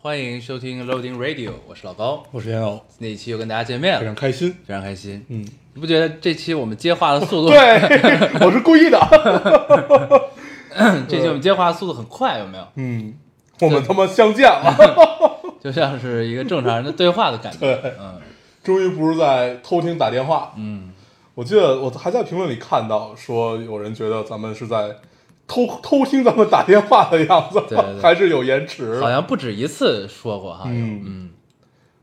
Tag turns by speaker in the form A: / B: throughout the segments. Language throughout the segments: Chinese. A: 欢迎收听 Loading Radio，我是老高。
B: 我是烟偶，
A: 那一期又跟大家见面
B: 哦非常
A: 了，
B: 开心。
A: 非常开心。
B: 嗯，
A: 你不觉得这期我们接话的速度，
B: 对，我是故意的。
A: 这期我们接话的速度很快，有没有？
B: 嗯，我们他妈相见了，
A: 就像是一个正常人的对话的感觉。
B: 对
A: 嗯
B: 终于不是在偷听打电话。
A: 嗯，
B: 我记得我还在评论里看到说，有人觉得咱们是在偷偷听咱们打电话的样子，
A: 对对对
B: 还是有延迟
A: 好。像不止一次说过哈。
B: 嗯
A: 嗯，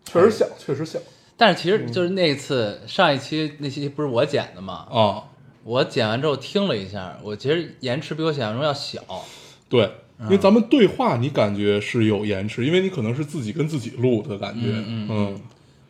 B: 确实响，确实响
A: 但是其实就是那一次上一期那期不是我剪的嘛，
B: 啊。
A: 我剪完之后听了一下，我其实延迟比我想象中要小。
B: 对，因为咱们对话，你感觉是有延迟，因为你可能是自己跟自己录的感觉。
A: 嗯嗯
B: 嗯，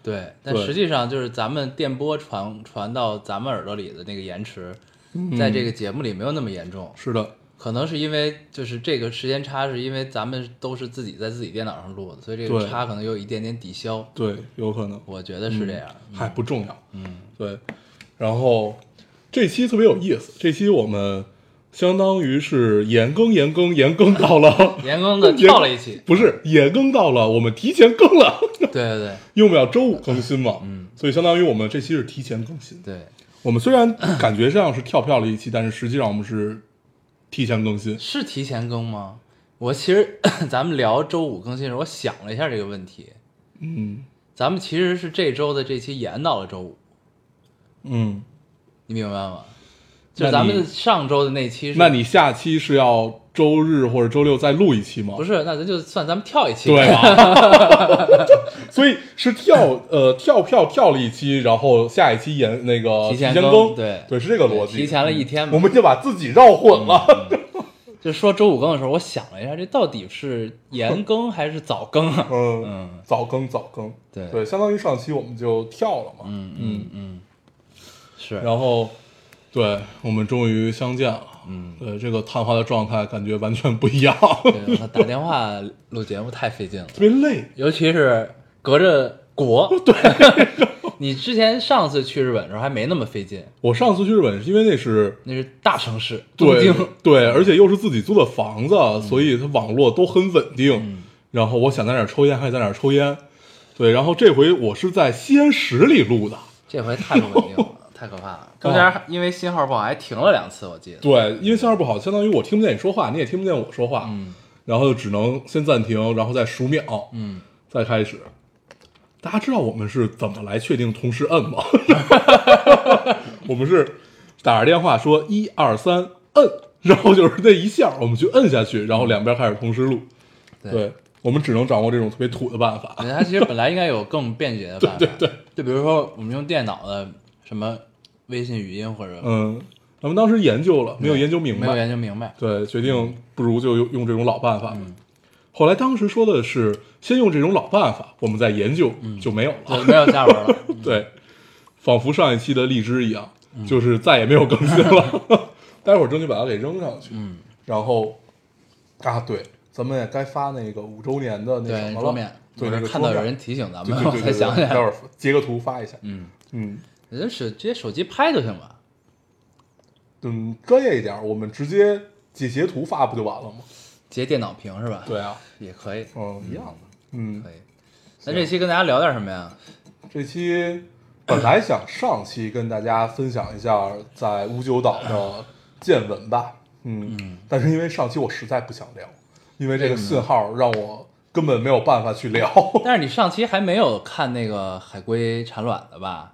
A: 对，但
B: 对
A: 实际上就是咱们电波传传到咱们耳朵里的那个延迟，
B: 嗯
A: 在这个节目里没有那么严重，
B: 是的，
A: 可能是因为就是这个时间差，是因为咱们都是自己在自己电脑上录的，所以这个
B: 对
A: 差可能有一点点抵消，
B: 对，有可能。
A: 我觉得是这样。
B: 还嗯不重要。
A: 嗯，，
B: 对。然后这期特别有意思，这期我们相当于是延更、延更、延更到了
A: 严更的跳了一期，
B: 不是延更到了，我们提前更了，
A: 对对对
B: 因为我们要周五更新嘛。嗯，所以相当于我们这期是提前更新。
A: 对，
B: 我们 虽然感觉上是跳票了一期，但是实际上我们是提前更新。
A: 是提前更吗？我其实 咱们聊周五更新的时候，我想了一下这个问题，
B: 嗯
A: 咱们其实是这周的这期延到了周五，
B: 嗯，
A: 你明白吗？就
B: 那
A: 是咱
B: 你
A: 们上周的那期是
B: 那你下期是要周日或者周六再录一期吗？
A: 不是，那咱就算咱们跳一期。
B: 对吧？ 所以是跳呃跳票跳了一期，然后下一期演那个
A: 提前
B: 前
A: 更
B: 更，
A: 对
B: 对是这个逻辑。嗯
A: 提前了一天嘛
B: 我们就把自己绕混了。
A: 就说周五更的时候，我想了一下，这到底是延更还是早更啊？
B: 嗯
A: 嗯
B: 早更早更，
A: 对
B: 对，相当于上期我们就跳了嘛。
A: 嗯嗯嗯，是。
B: 然后对我们终于相见了。
A: 嗯，
B: 对这个探花的状态感觉完全不一样， 特
A: 对我打电话录节目太费劲了，
B: 别累。
A: 尤其是隔着 国。对，你之前上次去日本的时候还没那么费劲，
B: 我上次去日本是因为那是。
A: 那是大城市，东
B: 对
A: 京。
B: 对，而且又是自己租的房子，所以它网络都很稳定。然后我想在哪儿抽烟，还在哪儿抽烟。对，然后这回我是在西安十里录的。
A: 这回太不稳定了，太可怕了。中间因为信号不好还停了两次，我记得。
B: 对，因为信号不好，相当于我听不见你说话，你也听不见我说话。
A: 嗯，
B: 然后就只能先暂停，然后再数秒，
A: 嗯，
B: 再开始。大家知道我们是怎么来确定同时摁吗？我们是打着电话说一二三摁，然后就是那一下我们去摁下去，然后两边开始同时录。
A: 对
B: 对，我们只能掌握这种特别土的办法。
A: 对，它其实本来应该有更便 捷的办法。对对就比如说我们用电脑的什么微信语音或者
B: 嗯，咱们当时研究了，没有研究明
A: 没有
B: 白，
A: 研究明白，
B: 对，决
A: 嗯
B: 定不如就用用这种老办法。后来当时说的是先用这种老办法，我们再研究
A: 嗯
B: 就没有了。
A: 对，没有下文 了。
B: 对，仿佛上一期的荔枝一样，
A: 嗯
B: 就是再也没有更新 了。待会儿争取把它给扔上去。嗯，然后啊，对，咱们也该发那个五周年的那什
A: 对，
B: 么
A: 桌
B: 了。
A: 面，
B: 对，
A: 我
B: 那
A: 是
B: 个
A: 看
B: 桌
A: 到有
B: 面
A: 人提醒咱
B: 对
A: 们，我
B: 对对
A: 才
B: 对，
A: 想起
B: 对待会
A: 来，
B: 儿截个图发一下。
A: 嗯，
B: 嗯。
A: 人是直接手机拍就行了。
B: 嗯，专业一点儿，我们直接截截图发不就完了吗？
A: 截电脑屏是吧？，
B: 对啊，
A: 也可以，
B: 嗯，一样的。嗯
A: 可，以。那这期跟大家聊点什么呀？
B: 这期本来想上期跟大家分享一下在五九岛的见闻吧，嗯，但是因为上期我实在不想聊，因为这个信号让我根本没有办法去聊。
A: 但是你上期还没有看那个海龟产卵的吧？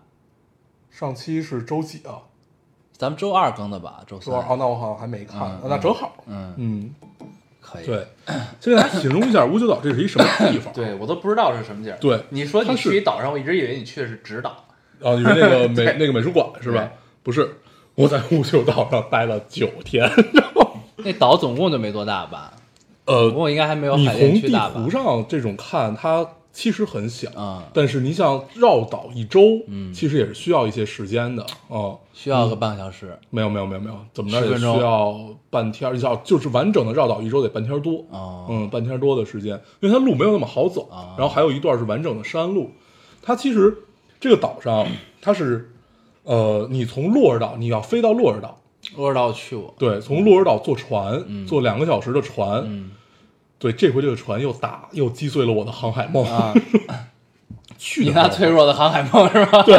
B: 上期是周几啊？
A: 咱们周二更的吧，周
B: 周二？哦，
A: 三。
B: 那我好像还没看，
A: 嗯
B: 啊那正好。
A: 嗯，
B: 嗯，
A: 可以。
B: 对， 先给大家形容一下五九岛这是一什么地方？啊
A: 对我都不知道是什么地儿。
B: 对
A: 你说你
B: 它是
A: 去一岛上，我一直以为你去的是直岛。
B: 哦，你说那 个美那个美术馆是吧？不是，我在五九岛上待了九天。
A: 那岛总共就没多大吧？
B: 呃
A: 总，共应该还没有
B: 你
A: 海淀
B: 从
A: 区
B: 地
A: 大吧
B: 图？上这种看，它其实很小
A: 啊
B: 但是你想绕岛一周，嗯，其实也是需要一些时间的啊。
A: 需要个半个小时
B: 没有没有没有没有，怎么着
A: 10
B: 也
A: 分
B: 需
A: 钟
B: 要半天儿，要就是完整的绕岛一周得半天儿多
A: 哦
B: 嗯，半天儿多的时间，因为它路没有那么好走，然后还有一段是完整的山路。它其实这个岛上，它是呃，你从鹿儿岛你要飞到鹿儿岛，
A: 鹿儿岛我哦去过，
B: 对，从鹿儿岛坐船，
A: 嗯
B: 坐两个小时的船，对，这回这个船又打又击碎了我的航海梦。
A: 啊
B: 去
A: 你
B: 的
A: 那
B: 时
A: 脆
B: 候
A: 弱的航海梦是吧？
B: 对，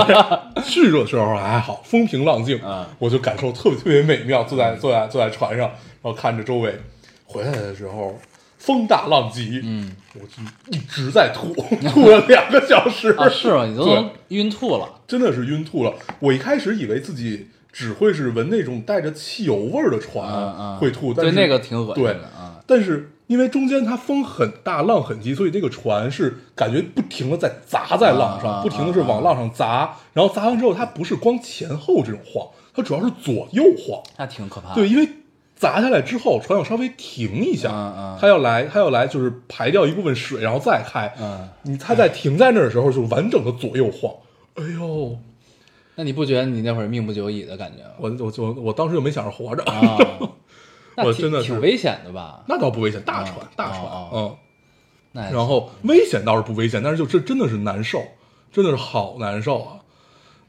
B: 去的时候还好，风平浪静，
A: 啊嗯
B: 我就感受特别特别美妙，坐在坐在坐在船上，然后看着周围。回来的时候风大浪急，嗯，我就一直在吐，吐了两个小时，
A: 啊，是吗？你都
B: 对
A: 能晕吐了。
B: 真的是晕吐了。我一开始以为自己只会是闻那种带着汽油味儿的
A: 嗯嗯
B: 船会吐，但
A: 对
B: 是
A: 那个挺恶心
B: 对
A: 的啊，
B: 但是因为中间它风很大，浪很急，所以这个船是感觉不停的在砸在浪
A: 啊啊
B: 上，不停的是往浪上砸，然后砸完之后它不是光前后这种晃，它主要是左右晃。
A: 那挺可怕的。
B: 对，因为砸下来之后，船要稍微停一下，
A: 嗯嗯
B: 它要来，它要来，就是排掉一部分水，然后再开。
A: 嗯
B: 你它在停在那儿的时候，就完整的左右晃。哎
A: 哦
B: 呦，
A: 那你不觉得你那会儿命不久矣的感觉吗？
B: 我我就我当时就没想着活着，
A: 啊，那
B: 我
A: 挺
B: 真的是
A: 挺危险的吧？
B: 那倒不危险，大船、
A: 哦
B: 大船，
A: 哦
B: 嗯。
A: 那也是
B: 然后危险倒是不危险，但是就这真的是难受，真的是好难受啊！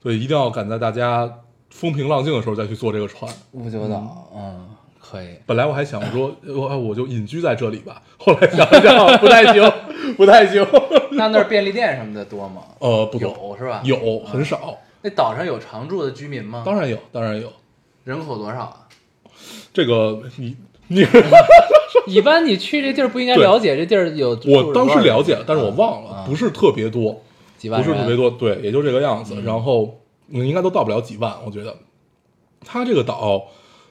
B: 对，一定要赶在大家风平浪静的时候再去坐这个船。
A: 五九岛，嗯，可以。
B: 本来我还想说，我我就隐居在这里吧，后来想想不太行， 不太行。
A: 那那儿便利店什么的多吗？
B: 呃，不多，
A: 有是啊吧？。
B: 有很少，
A: 那岛上有常住的居民吗？
B: 当然有，当然有。
A: 人口多少 啊？
B: 这个你你，
A: 一般你去这地儿不应该
B: 对
A: 了解这地儿有住着多少人？
B: 我当时了解，但是我忘了，
A: 啊
B: 不是特别多，
A: 几万
B: 不
A: 人
B: 是特别多，对，也就这个样子。然后嗯应该都到不了几万，我觉得。它这个岛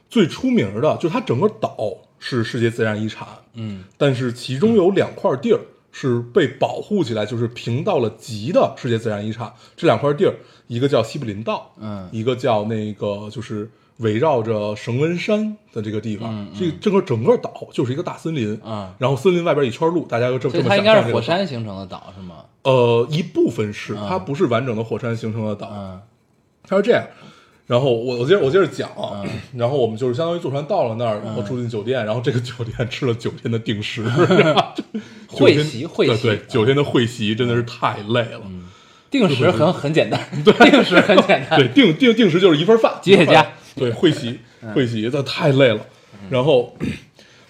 B: 最出名的，就它整个岛是世界自然遗产，
A: 嗯，
B: 但是其中有两块地儿是被保护起来，就是评到了级的世界自然遗产。这两块地儿，一个叫西布林道，
A: 嗯
B: 一个叫那个就是围绕着绳恩山的这个地方，这个整个整个岛就是一个大森林，
A: 嗯
B: 然后森林外边一圈路，大家就这么
A: 所
B: 这
A: 以
B: 么
A: 它应
B: 想
A: 该
B: 象这
A: 是
B: 个
A: 火
B: 岛
A: 山形成的岛是吗？
B: 呃，一部分是，
A: 嗯
B: 它不是完整的火山形成的岛，
A: 嗯
B: 它是这样。然后我我接着我接着讲啊，
A: 嗯
B: 然后我们就是相当于坐船到了那儿，然后住进酒店，然后这个酒店 吃了九天的定 时，九
A: 会
B: 天
A: 席会
B: 对
A: 席嗯
B: 对，九天的会席真的是太累了，
A: 定时很很简单， 定时很简单。
B: 对，定定定时就是一份饭，
A: 吉野家
B: 一份嗯饭，对，会席，会席，这太累了。然后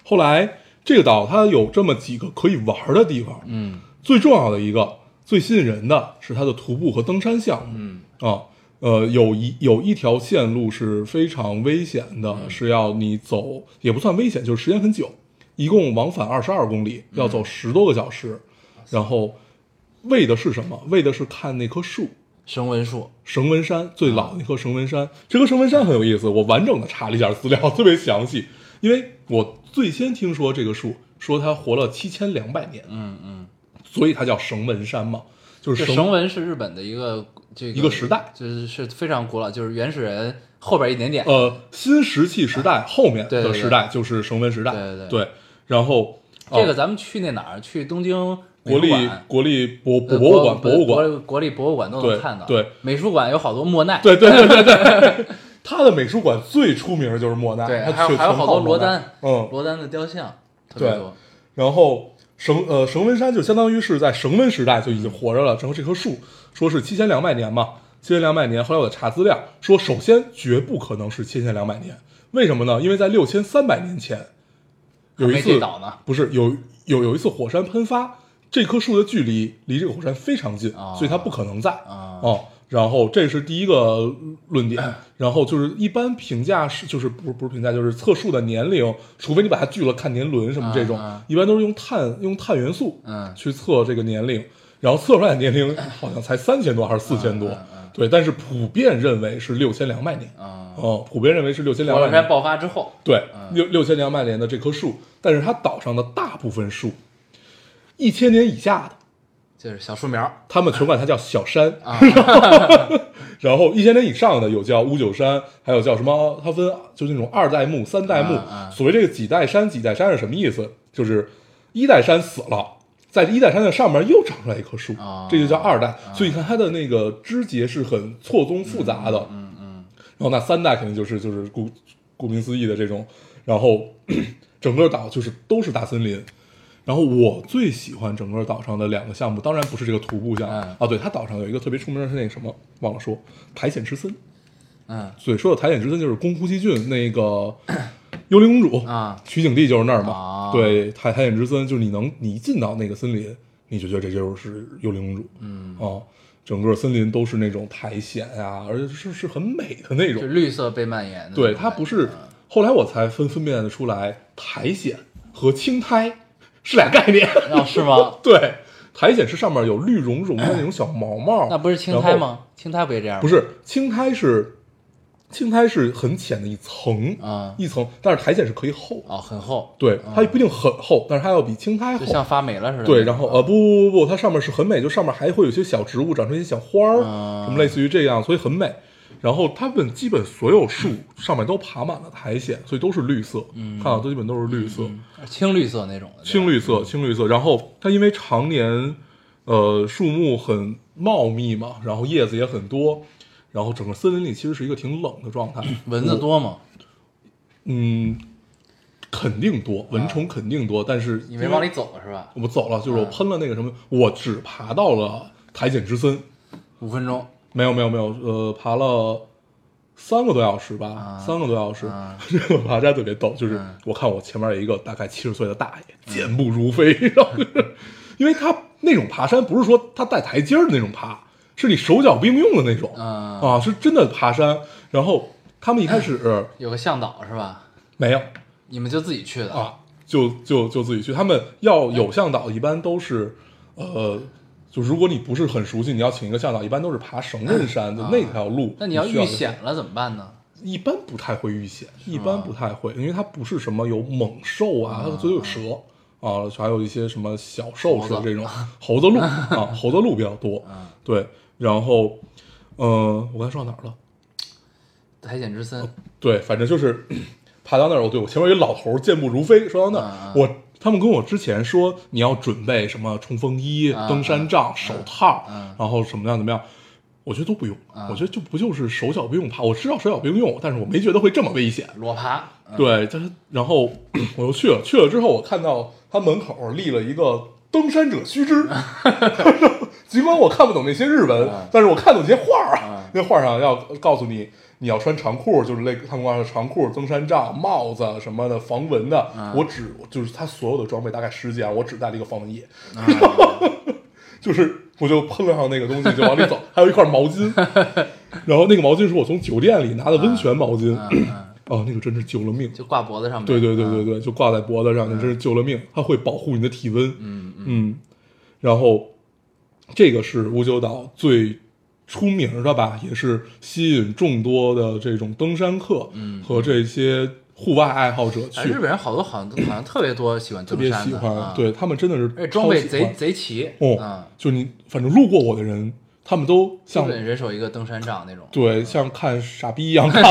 B: 后来这个岛它有这么几个可以玩的地方，嗯，最重要的一个、最吸引人的是它的徒步和登山项目，嗯啊。呃，有一有一条线路是非常危险的，是要你走也不算危险，就是时间很久，一共往返二十二公里，要走十多个小时，然后为的是什么？为的是看那棵树，
A: 升温术，
B: 绳文山最
A: 啊
B: 老的那棵绳文山，这棵绳文山很有意思，我完整的查了一下资料，特别详细，因为我最先听说这个树，说它活了七千两百年，
A: 嗯嗯，
B: 所以它叫绳文山嘛，就是
A: 这
B: 绳
A: 绳文是日本的一个这个
B: 一个时代
A: 就是是非常古老，就是原始人后边一点点。
B: 呃新石器时代后面
A: 对对
B: 的
A: 对
B: 时代就是绳文时代，
A: 对对对
B: 然后、呃、
A: 这个咱们去那哪儿？去东京美
B: 国
A: 术
B: 立
A: 馆
B: 国立博博
A: 呃
B: 物馆
A: 不
B: 博
A: 是
B: 物馆，
A: 国国立博物馆都能
B: 对
A: 看到。
B: 对，
A: 美术馆有好多莫奈，
B: 对对对对对， 它的美术馆最出名的就是莫奈，
A: 对，
B: 它
A: 还有
B: 全
A: 还有好多
B: 靠
A: 罗
B: 莫奈
A: 丹，
B: 嗯，
A: 罗丹的雕像特别
B: 对
A: 多。
B: 然后绳呃绳文山就相当于是在绳文时代就已经活着了，然后这棵树说是七千两百年嘛，七千两百年。后来我查资料说，首先绝不可能是七千两百年，为什么呢？因为在六千三百年前有一
A: 还没
B: 次
A: 这岛呢
B: 不是有有有一次火山喷发，这棵树的距离离这个火山非常近，
A: 啊
B: 所以它不可能在
A: 啊
B: 哦，然后这是第一个论点，然后就是一般评价是就是不是不是评价就是测树的年龄，除非你把它锯了看年轮什么这种，
A: 啊啊
B: 一般都是用碳用碳元素
A: 嗯
B: 去测这个年龄，然后测出来的年 龄好像才三千多还是四千多，对，但是普遍认为是六千两百年，
A: 嗯，
B: 哦、普遍认为是啊六千两
A: 火
B: 百
A: 山
B: 年，
A: 爆发之后，
B: 对，六六千两百年的这棵树，但是它岛上的大部分树，一千年以下的，
A: 就是小树苗。
B: 他们全管它叫小山。
A: 啊
B: 然后一千年以上的有叫乌九山，还有叫什么？它分就是那种二代目、三代目。
A: 啊啊
B: 所谓这个几代山，几代山是什么意思？就是一代山死了，在一代山的上面又长出来一棵树
A: 哦，
B: 这就叫二代。所以你看它的那个枝节是很错综复杂的。嗯嗯。然后那三代肯定就是就是顾顾名思义的这种，然后 整个岛就是都是大森林。然后我最喜欢整个岛上的两个项目，当然不是这个徒步项目、
A: 嗯
B: 啊，对，它岛上有一个特别出名的是那个什么，忘了说，苔藓之森。
A: 嗯，
B: 所以说的苔藓之森就是宫崎骏那个 幽灵公主
A: 啊
B: 取景地就是那儿嘛。
A: 啊
B: 对，苔苔藓之森就是你能你一进到那个森林，你就觉得这就是幽灵公主。嗯啊，整个森林都是那种苔藓啊，而且是是很美的那种
A: 就。绿色被蔓延的那种感
B: 对，
A: 觉。
B: 它不是。后来我才分分辨得出来，苔藓和青苔是俩概念。
A: 哦，是吗？
B: 对，苔藓是上面有绿茸茸的那种小毛 毛，
A: 那不是青苔？吗？青苔不也这样吗？
B: 不是，青苔是青苔是很浅的一层
A: 啊
B: 一层，但是苔藓是可以厚，
A: 哦，很厚，
B: 对，它不一定很厚，但是它要比青苔
A: 就像
B: 厚。
A: 发霉了似的。啊
B: 对，然后呃不不不不，它上面是很美，就上面还会有一些小植物长成一些小花儿，
A: 啊
B: 什么类似于这样，所以很美。然后它们基本所有树上面都爬满了苔藓，所以都是绿色，
A: 嗯
B: 看到都基本都是绿色。
A: 青绿色那种的，对吧
B: 青绿色，青绿色。然后它因为常年，呃，树木很茂密嘛，然后叶子也很多，然后整个森林里其实是一个挺冷的状态。
A: 蚊子多吗？
B: 嗯，肯定多，蚊虫肯定多，但是
A: 你没往里走是吧？
B: 我走了，就是我喷了那个什么，我只爬到了苔藓之森，
A: 五分钟，
B: 没有没有没有，呃，爬了三个多小时吧，
A: 啊
B: 三个多小时，
A: 啊
B: 这个爬山特别逗，就是
A: 嗯
B: 我看我前面有一个大概七十岁的大爷，健步如飞，
A: 嗯
B: 然后就是因为他那种爬山不是说他带台阶儿的那种爬，是你手脚并用的那种，
A: 啊
B: 啊，是真的爬山。然后他们一开始、
A: 有个向导是吧？
B: 没有
A: 你们就自己去的？
B: 啊，就就就自己去，他们要有向导，一般都是呃。就如果你不是很熟悉，你要请一个向导，一般都是爬绳阵山的
A: 啊
B: 那条路。
A: 那你要
B: 需要
A: 遇
B: 一个
A: 险了怎么办呢？
B: 一般不太会遇险，一般不太会，因为它不是什么有猛兽啊，它所以有蛇啊，还有一些什么小兽
A: 猴子
B: 蛇
A: 啊
B: 这 种猴子鹿啊，猴子鹿比较多。对，然后，呃，我刚才说到哪儿了？
A: 苔藓之森，
B: 哦对，反正就是爬到那儿，我对我前面有一老头儿健步如飞，说到
A: 啊
B: 那
A: 啊
B: 儿，我他们跟我之前说你要准备什么冲锋衣、
A: 啊
B: 登山杖、手套
A: 啊，
B: 然后怎么样怎么样。我觉得都不用，
A: 啊
B: 我觉得就不就是手脚并用爬，我知道手脚并用，但是我没觉得会这么危险。
A: 裸爬，嗯
B: 对，但是然后 我又去了，去了之后我看到他门口立了一个登山者须知， 尽管我看不懂那些日文
A: 啊，
B: 但是我看懂一些画儿啊
A: 啊，
B: 那画儿上要告诉你你要穿长裤，就是那个他们挂的长裤、登山杖、帽子什么的防蚊的
A: 啊。
B: 我只就是他所有的装备大概十件，我只带了一个防蚊液，就是我就喷了上那个东西就往 里走，还有一块毛巾，然后那个毛巾是我从酒店里拿的温泉毛巾，
A: 嗯嗯，
B: 哦，那个真是救了命。
A: 就挂脖子上面。
B: 对对对
A: 嗯
B: 对，对，就挂在脖子上，你真是救了命。它会保护你的体温，嗯嗯。然后，这个是乌九岛最出名的吧，也是吸引众多的这种登山客
A: 嗯
B: 和这些户外爱好者
A: 哎
B: 去
A: 日，本人好多好像 都好像特别多喜欢
B: 特
A: 登
B: 别
A: 山的，
B: 喜
A: 啊
B: 欢。，对他们真的是
A: 而且装备
B: 超喜
A: 贼
B: 欢
A: 贼齐，
B: 哦
A: 嗯，，
B: 就你反正路过我的人，他们都
A: 基
B: 像
A: 本嗯人手一个登山杖那种，
B: 对像看傻逼一样看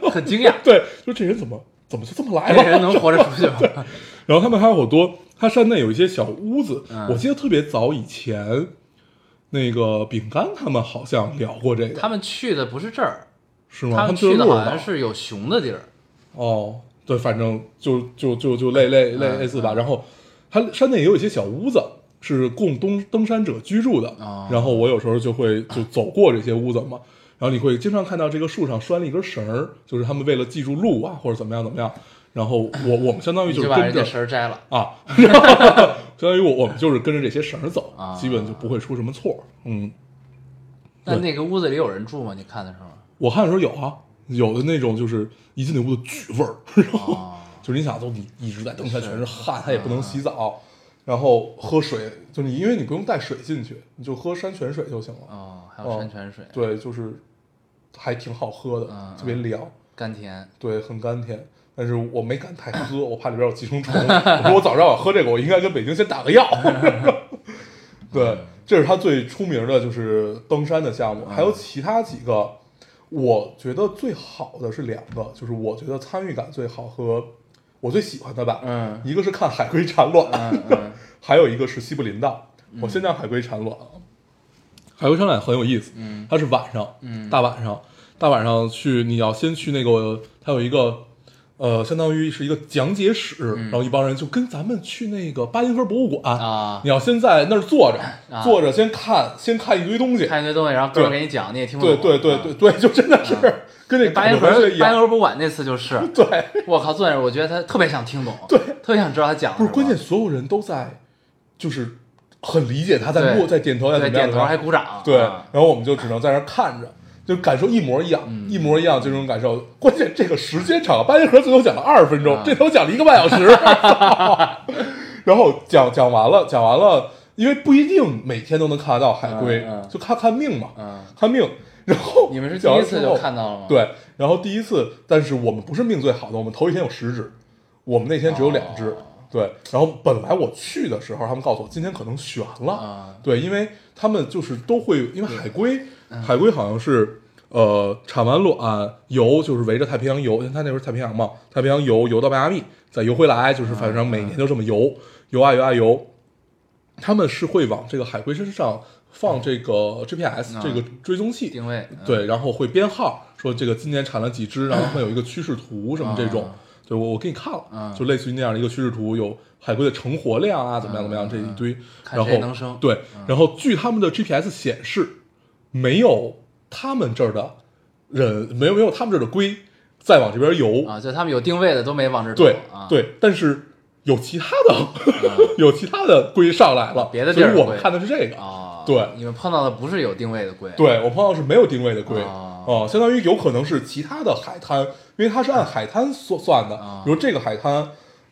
B: 我，
A: 很惊讶，
B: 对，就这人怎么怎么就这么来
A: 这
B: 了？
A: 人能活着出去吗？
B: 然后他们还有好多，它山内有一些小屋子，
A: 嗯
B: 我记得特别早以前，那个饼干他们好像聊过这个，
A: 他们去的不是这儿，
B: 是吗？
A: 他
B: 他
A: 们
B: 就
A: 去的
B: 鹿
A: 好
B: 儿
A: 像
B: 岛
A: 是有熊的地儿，
B: 哦，对，反正就就就就类类类
A: 嗯
B: 类似吧。然后它山内也有一些小屋子。是供登登山者居住的，
A: 哦
B: 然后我有时候就会就走过这些屋子嘛，然后你会经常看到这个树上拴了一根绳儿，就是他们为了记住路啊或者怎么样怎么样，然后我我们相当于
A: 你
B: 是
A: 把人
B: 跟
A: 家
B: 着
A: 绳儿摘了，
B: 啊，相当于我我们就是跟着这些绳儿走
A: 啊，
B: 基本就不会出什么错。嗯，
A: 那那个屋子里有人住吗？你看的时候，
B: 我看的时候有啊，有的那种就是一进那屋子巨味儿，然后
A: 哦，
B: 就是你想都你一直在登山，
A: 是嗯
B: 全是汗，他也不能洗澡，然后喝水，就你因为你不用带水进去，你就喝山泉水就行了。
A: 哦，还有山泉水，
B: 对，就是还挺好喝的
A: 嗯，
B: 特别凉。
A: 甘甜，
B: 对，很甘甜。但是我没敢太喝，我怕里边有寄生虫。我说我早上我喝这个，我应该跟北京先打个药。
A: 嗯
B: 对，这是他最出名的，就是登山的项目，还
A: 嗯
B: 有其他几个，我觉得最好的是两个，就是我觉得参与感最好和我最喜欢的吧。
A: 嗯
B: 一个是看海龟产卵，
A: 嗯嗯，
B: 还有一个是西部林道，我先讲海龟产卵啊。海龟产卵很有意思，嗯，它是晚上，嗯，大晚上，大晚上去，你要先去那个，它有一个，呃，相当于是一个讲解室，然后一帮人就跟咱们去那个巴音芬博物
A: 嗯
B: 馆
A: 啊
B: 你要先在那儿坐着，
A: 啊
B: 坐着先看，先看一堆东西，
A: 看一堆东西，然后哥们儿
B: 对
A: 给你讲，你也听不
B: 对
A: 懂。
B: 对对对对，就真的是跟那
A: 对啊八
B: 搞
A: 音
B: 着
A: 盒
B: 回去一
A: 八音
B: 样，
A: 盒博物馆那次 就是，
B: 对。
A: 我靠，坐那儿我觉得他特别想听懂，
B: 对，
A: 特别想知道他讲的
B: 不是，
A: 什么
B: 关键所有人都在，就是很理解他在
A: 对
B: 落在点头，在怎
A: 对，
B: 么样
A: 点
B: 怎么
A: 头还
B: 样，
A: 鼓掌，
B: 对，
A: 啊
B: 然后我们就只能在那儿看着，就感受一模一样，
A: 嗯
B: 一模一样就这种感受。关键这个时间长，八音盒最多讲了二十分钟，
A: 啊
B: 这头讲了一个半小时， 然后讲讲完了，讲完了，因为不一定每天都能看得到海龟
A: 嗯嗯，
B: 就看看命嘛，
A: 嗯，
B: 看命。然后
A: 你们是第
B: 讲
A: 一
B: 完
A: 次
B: 之
A: 就
B: 后
A: 看到了吗？，
B: 对，然后第一次，但是我们不是命最好的，我们头一天有十只，我们那天只有两只。
A: 哦
B: 对，然后本来我去的时候，他们告诉我今天可能悬了。
A: 啊
B: 对，因为他们就是都会，因为海龟，海龟好像是。呃，产完卵游就是围着太平洋游，因为它那时候太平洋嘛，太平洋游游到迈阿密，再游回来，就是反正每年都这么游，游啊游啊游。他们是会往这个海龟身上放这个 GPS、这个追踪器，
A: 定位，嗯，
B: 对，然后会编号，说这个今年产了几只，然后会有一个趋势图什么这种
A: 啊。
B: 对我我给你看了
A: 啊，
B: 就类似于那样的一个趋势图，有海龟的成活量啊，怎么样怎么样这一堆。
A: 嗯看
B: 然
A: 谁
B: 后
A: 能嗯生
B: 对，然后据他们的 GPS 显示，没有他们这儿的人，没有没有他们这儿的龟再往这边游。
A: 啊，就他们有定位的都没往这儿
B: 对
A: 走啊，，啊
B: 对，但是有其他的 有其他的龟上来了，
A: 别的地
B: 所以
A: 儿的
B: 我们
A: 龟
B: 看的是这个。
A: 啊，
B: 对
A: 你们碰到的不是有定位的龟，
B: 对我碰到是没有定位的龟，
A: 啊
B: 哦、相当于有可能是其他的海滩，因为它是按海滩算算的，
A: 啊
B: 比如这个海滩，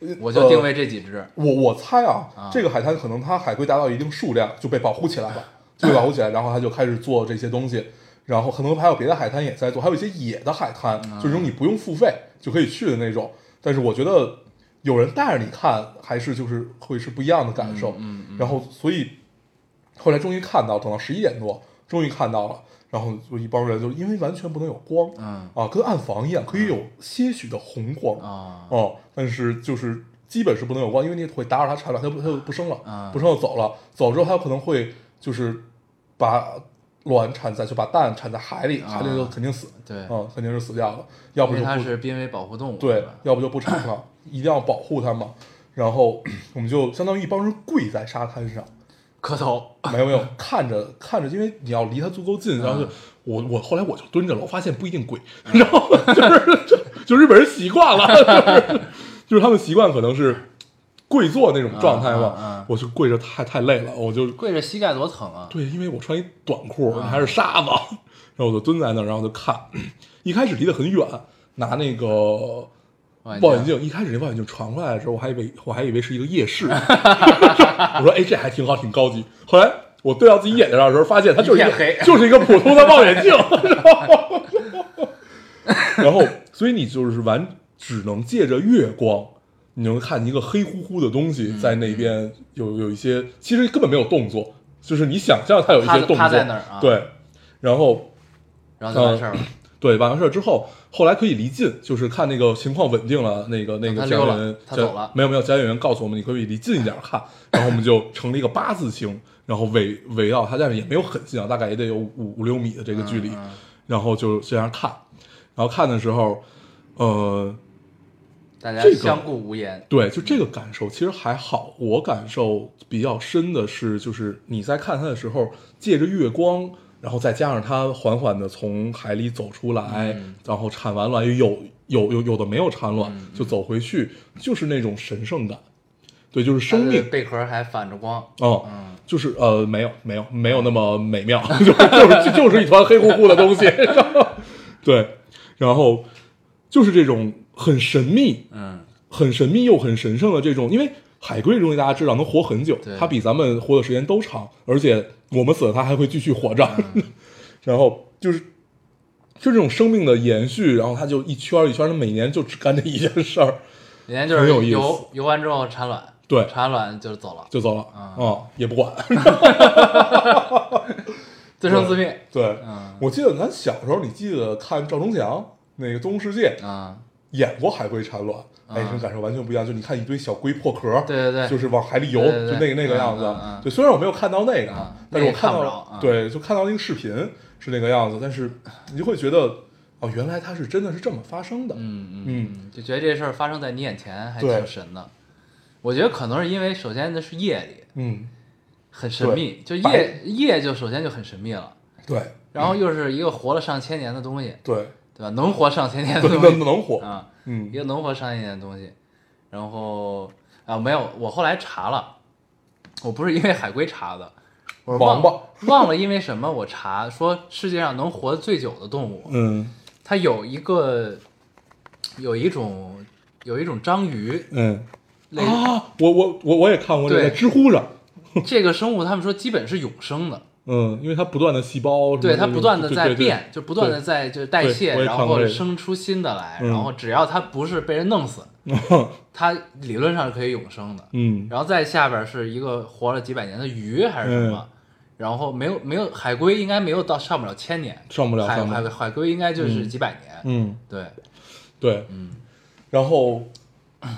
B: 呃
A: 我就定位这几只，
B: 我我猜啊，
A: 啊
B: 这个海滩可能它海龟达到一定数量就被保护起来了，就被保护起来，然后它就开始做这些东西，然后可能还有别的海滩也在做，还有一些野的海滩，
A: 啊
B: 就是那种你不用付费就可以去的那种。但是我觉得有人带着你看，还是就是会是不一样的感受。
A: 嗯
B: 然后所以后来终于看到，等到十一点多终于看到了，然后就一帮人就因为完全不能有光，
A: 嗯
B: 啊，跟暗房一样，可以有些许的红光
A: 啊，
B: 哦，但是就是基本是不能有光，因为你会打扰它产卵，它不它就不生了，
A: 啊
B: 不生就走了，走之后它有可能会就是把卵产在就把蛋产在海里，海里就
A: 啊
B: 肯定死，
A: 对，
B: 嗯，肯定是死掉了，要
A: 因
B: 不
A: 为
B: 就
A: 它
B: 不
A: 是濒危保护动物，
B: 对
A: 是吧，
B: 要不就不产了，一定要保护它嘛。然后我们就相当于一帮人跪在沙滩上，
A: 磕头，
B: 没有没有，看着看着，因为你要离它足够近，然后就
A: 嗯
B: 我我后来我就蹲着了，我发现不一定贵，然后就是就就日本人习惯了，就是就是他们习惯可能是跪坐那种状态
A: 嗯嗯
B: 嘛
A: 嗯，
B: 我就跪着太太累了，我就
A: 跪着膝盖多疼啊，
B: 对，因为我穿一短裤，还是沙子， 然后我就蹲在那儿，然后就看， 一开始离得很远，拿那个
A: 望
B: 望远
A: 镜
B: 镜，一开始那望远镜传过来的时候，我还以为我还以为是一个 夜视，我说哎这还挺好，挺高级。后来我对到自己眼睛上的时候，发现它就是一个
A: 一片黑
B: 就是一个普通的望远 镜，然后所以你就是完只能借着月光。你能看见一个黑乎乎的东
A: 嗯
B: 西在那边有有一些，其实根本没有动作，就是你想象它有一些
A: 趴
B: 动作，
A: 趴在那儿啊
B: 对，然后
A: 然后就完事儿了，
B: 对，完完事儿之后，后来可以离境，就是看那个情况稳定了，那个那个
A: 他
B: 讲
A: 溜
B: 解
A: 了
B: 员
A: 他
B: 讲
A: 走了
B: 没有没有，讲解员告诉我们你可以离近一点看，然后我们就成了一个八字形，然后围围绕它，但是也没有很近啊，大概也得有五五六米的这个距
A: 嗯
B: 离，然后就这样看，然后看的时候，呃，
A: 大家
B: 这个
A: 相顾无言，
B: 对，就这个感受其实还好。我感受比较深的是，就是你在看它的时候，借着月光，然后再加上它缓缓的从海里走出来，然后产完卵，有有有有的没有产卵，就走回去，就是那种神圣感。对，就是生
A: 它
B: 命
A: 的贝壳还反着光，嗯
B: 哦，就是呃，没有没有没有那么美妙， 就是就是就是一团黑乎乎的东西， 对，然后就是这种很神秘，
A: 嗯，
B: 很神秘又很神圣的这种，因为海龟这东西大家知道能活很久
A: 对，
B: 它比咱们活的时间都长，而且我们死了它还会继续活 着，然后就是就这种生命的延续，然后它就一圈儿一圈儿，它每年就只干这一件事儿
A: 人家就
B: 很
A: 是
B: 有意思
A: 游游完之后产卵，
B: 对
A: 产卵就走了，
B: 就走了，
A: 啊
B: 嗯，也不管，
A: 自生自灭，
B: 对，
A: 嗯
B: 我记得咱小时候，你记得看赵忠祥那个《中世界》，
A: 啊，
B: 演过海龟产卵，哎，这感受完全不一样。就你看一堆小龟破壳，
A: 对对对
B: 就是往海里游，
A: 对对对
B: 就那个那个样子
A: 嗯嗯嗯。
B: 对，虽然我没有看到那个啊
A: 嗯，
B: 但是
A: 那个
B: 我
A: 看不
B: 看到
A: 着
B: 了
A: 嗯，
B: 对，就看到那个视频是那个样子，但是你就会觉得，哦，原来它是真的是这么发生的。
A: 嗯嗯
B: 嗯，
A: 嗯，就觉得这事儿发生在你眼前还
B: 对
A: 挺神的。我觉得可能是因为首先那是夜里
B: 嗯，
A: 很神秘，就夜
B: 白
A: 夜就首先就很神秘了，
B: 对
A: 然后又是一个活了上千年的东西，
B: 对，
A: 对吧？能活上千年的
B: 能
A: 东
B: 能
A: 西
B: 能火，
A: 啊，
B: 嗯
A: 一个能活上千年的东西。然后啊，没有，我后来查了，我不是因为海龟查的， 我是忘
B: 王八，
A: 忘了因为什么我查说世界上能活最久的动物，
B: 嗯
A: 它有一个有一种有一种章鱼
B: 嗯
A: 类，
B: 啊，我我我我也看过这个，
A: 对
B: 在知乎上，
A: 这个生物他们说基本是永生的，
B: 嗯，因为它不断的细胞什么
A: 对
B: 的，
A: 它不断的
B: 嗯对
A: 在
B: 对对
A: 变，就不断的在就是代
B: 对
A: 谢，
B: 我也
A: 然
B: 看
A: 后
B: 过这个
A: 生出新的来，
B: 嗯
A: 然后只要它不是被人弄死，它理论上是可以永生的。
B: 嗯
A: 然后再下边是一个活了几百年的鱼还是什么，
B: 嗯
A: 然后没有没有海龟应该没有到上不了千年，
B: 上不了
A: 海
B: 上不
A: 海
B: 了
A: 海龟应该就是几百年，
B: 嗯，
A: 对，
B: 对，
A: 嗯
B: 然后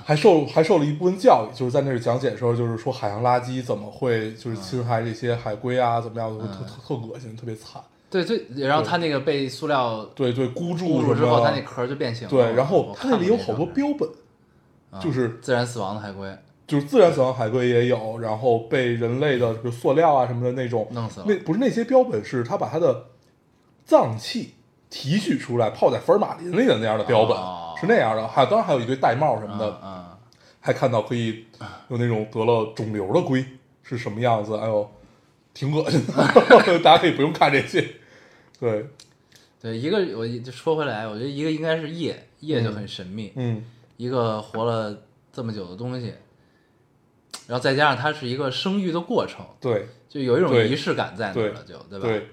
B: 还受还受了一部分教育，就是在那儿讲解的时候，就是说海洋垃圾怎么会
A: 嗯
B: 就是侵害这些海龟啊，怎么样，特特特恶心，特别惨。
A: 对对，然后它那个被塑料
B: 对对，孤
A: 固
B: 注
A: 住
B: 什
A: 之后，
B: 么
A: 它那壳就变形了。
B: 对，然后
A: 我
B: 它
A: 看
B: 那
A: 过
B: 里有好多标本，
A: 那个
B: 就是
A: 自然死亡的海龟，
B: 就是自然死亡海龟也有，然后被人类的就是塑料啊什么的那种
A: 弄死了
B: 那不是那些标本，是它把它的脏器提取出来泡在福尔马林里的那样的标本，
A: 哦
B: 是那样的。还有当然还有一堆玳瑁什么的，
A: 嗯
B: 还看到可以有那种得了肿瘤的龟是什么样子，哎呦，挺恶心的。 大家可以不用看这些。对，
A: 嗯，对，一个我就说回来，我觉得一个应该是夜，夜就很神秘，
B: 嗯
A: 一个活了这么久的东西，然后再加上它是一个生育的过程，
B: 对
A: 就有一种
B: 对
A: 仪式感在那儿了，就对吧？
B: 对，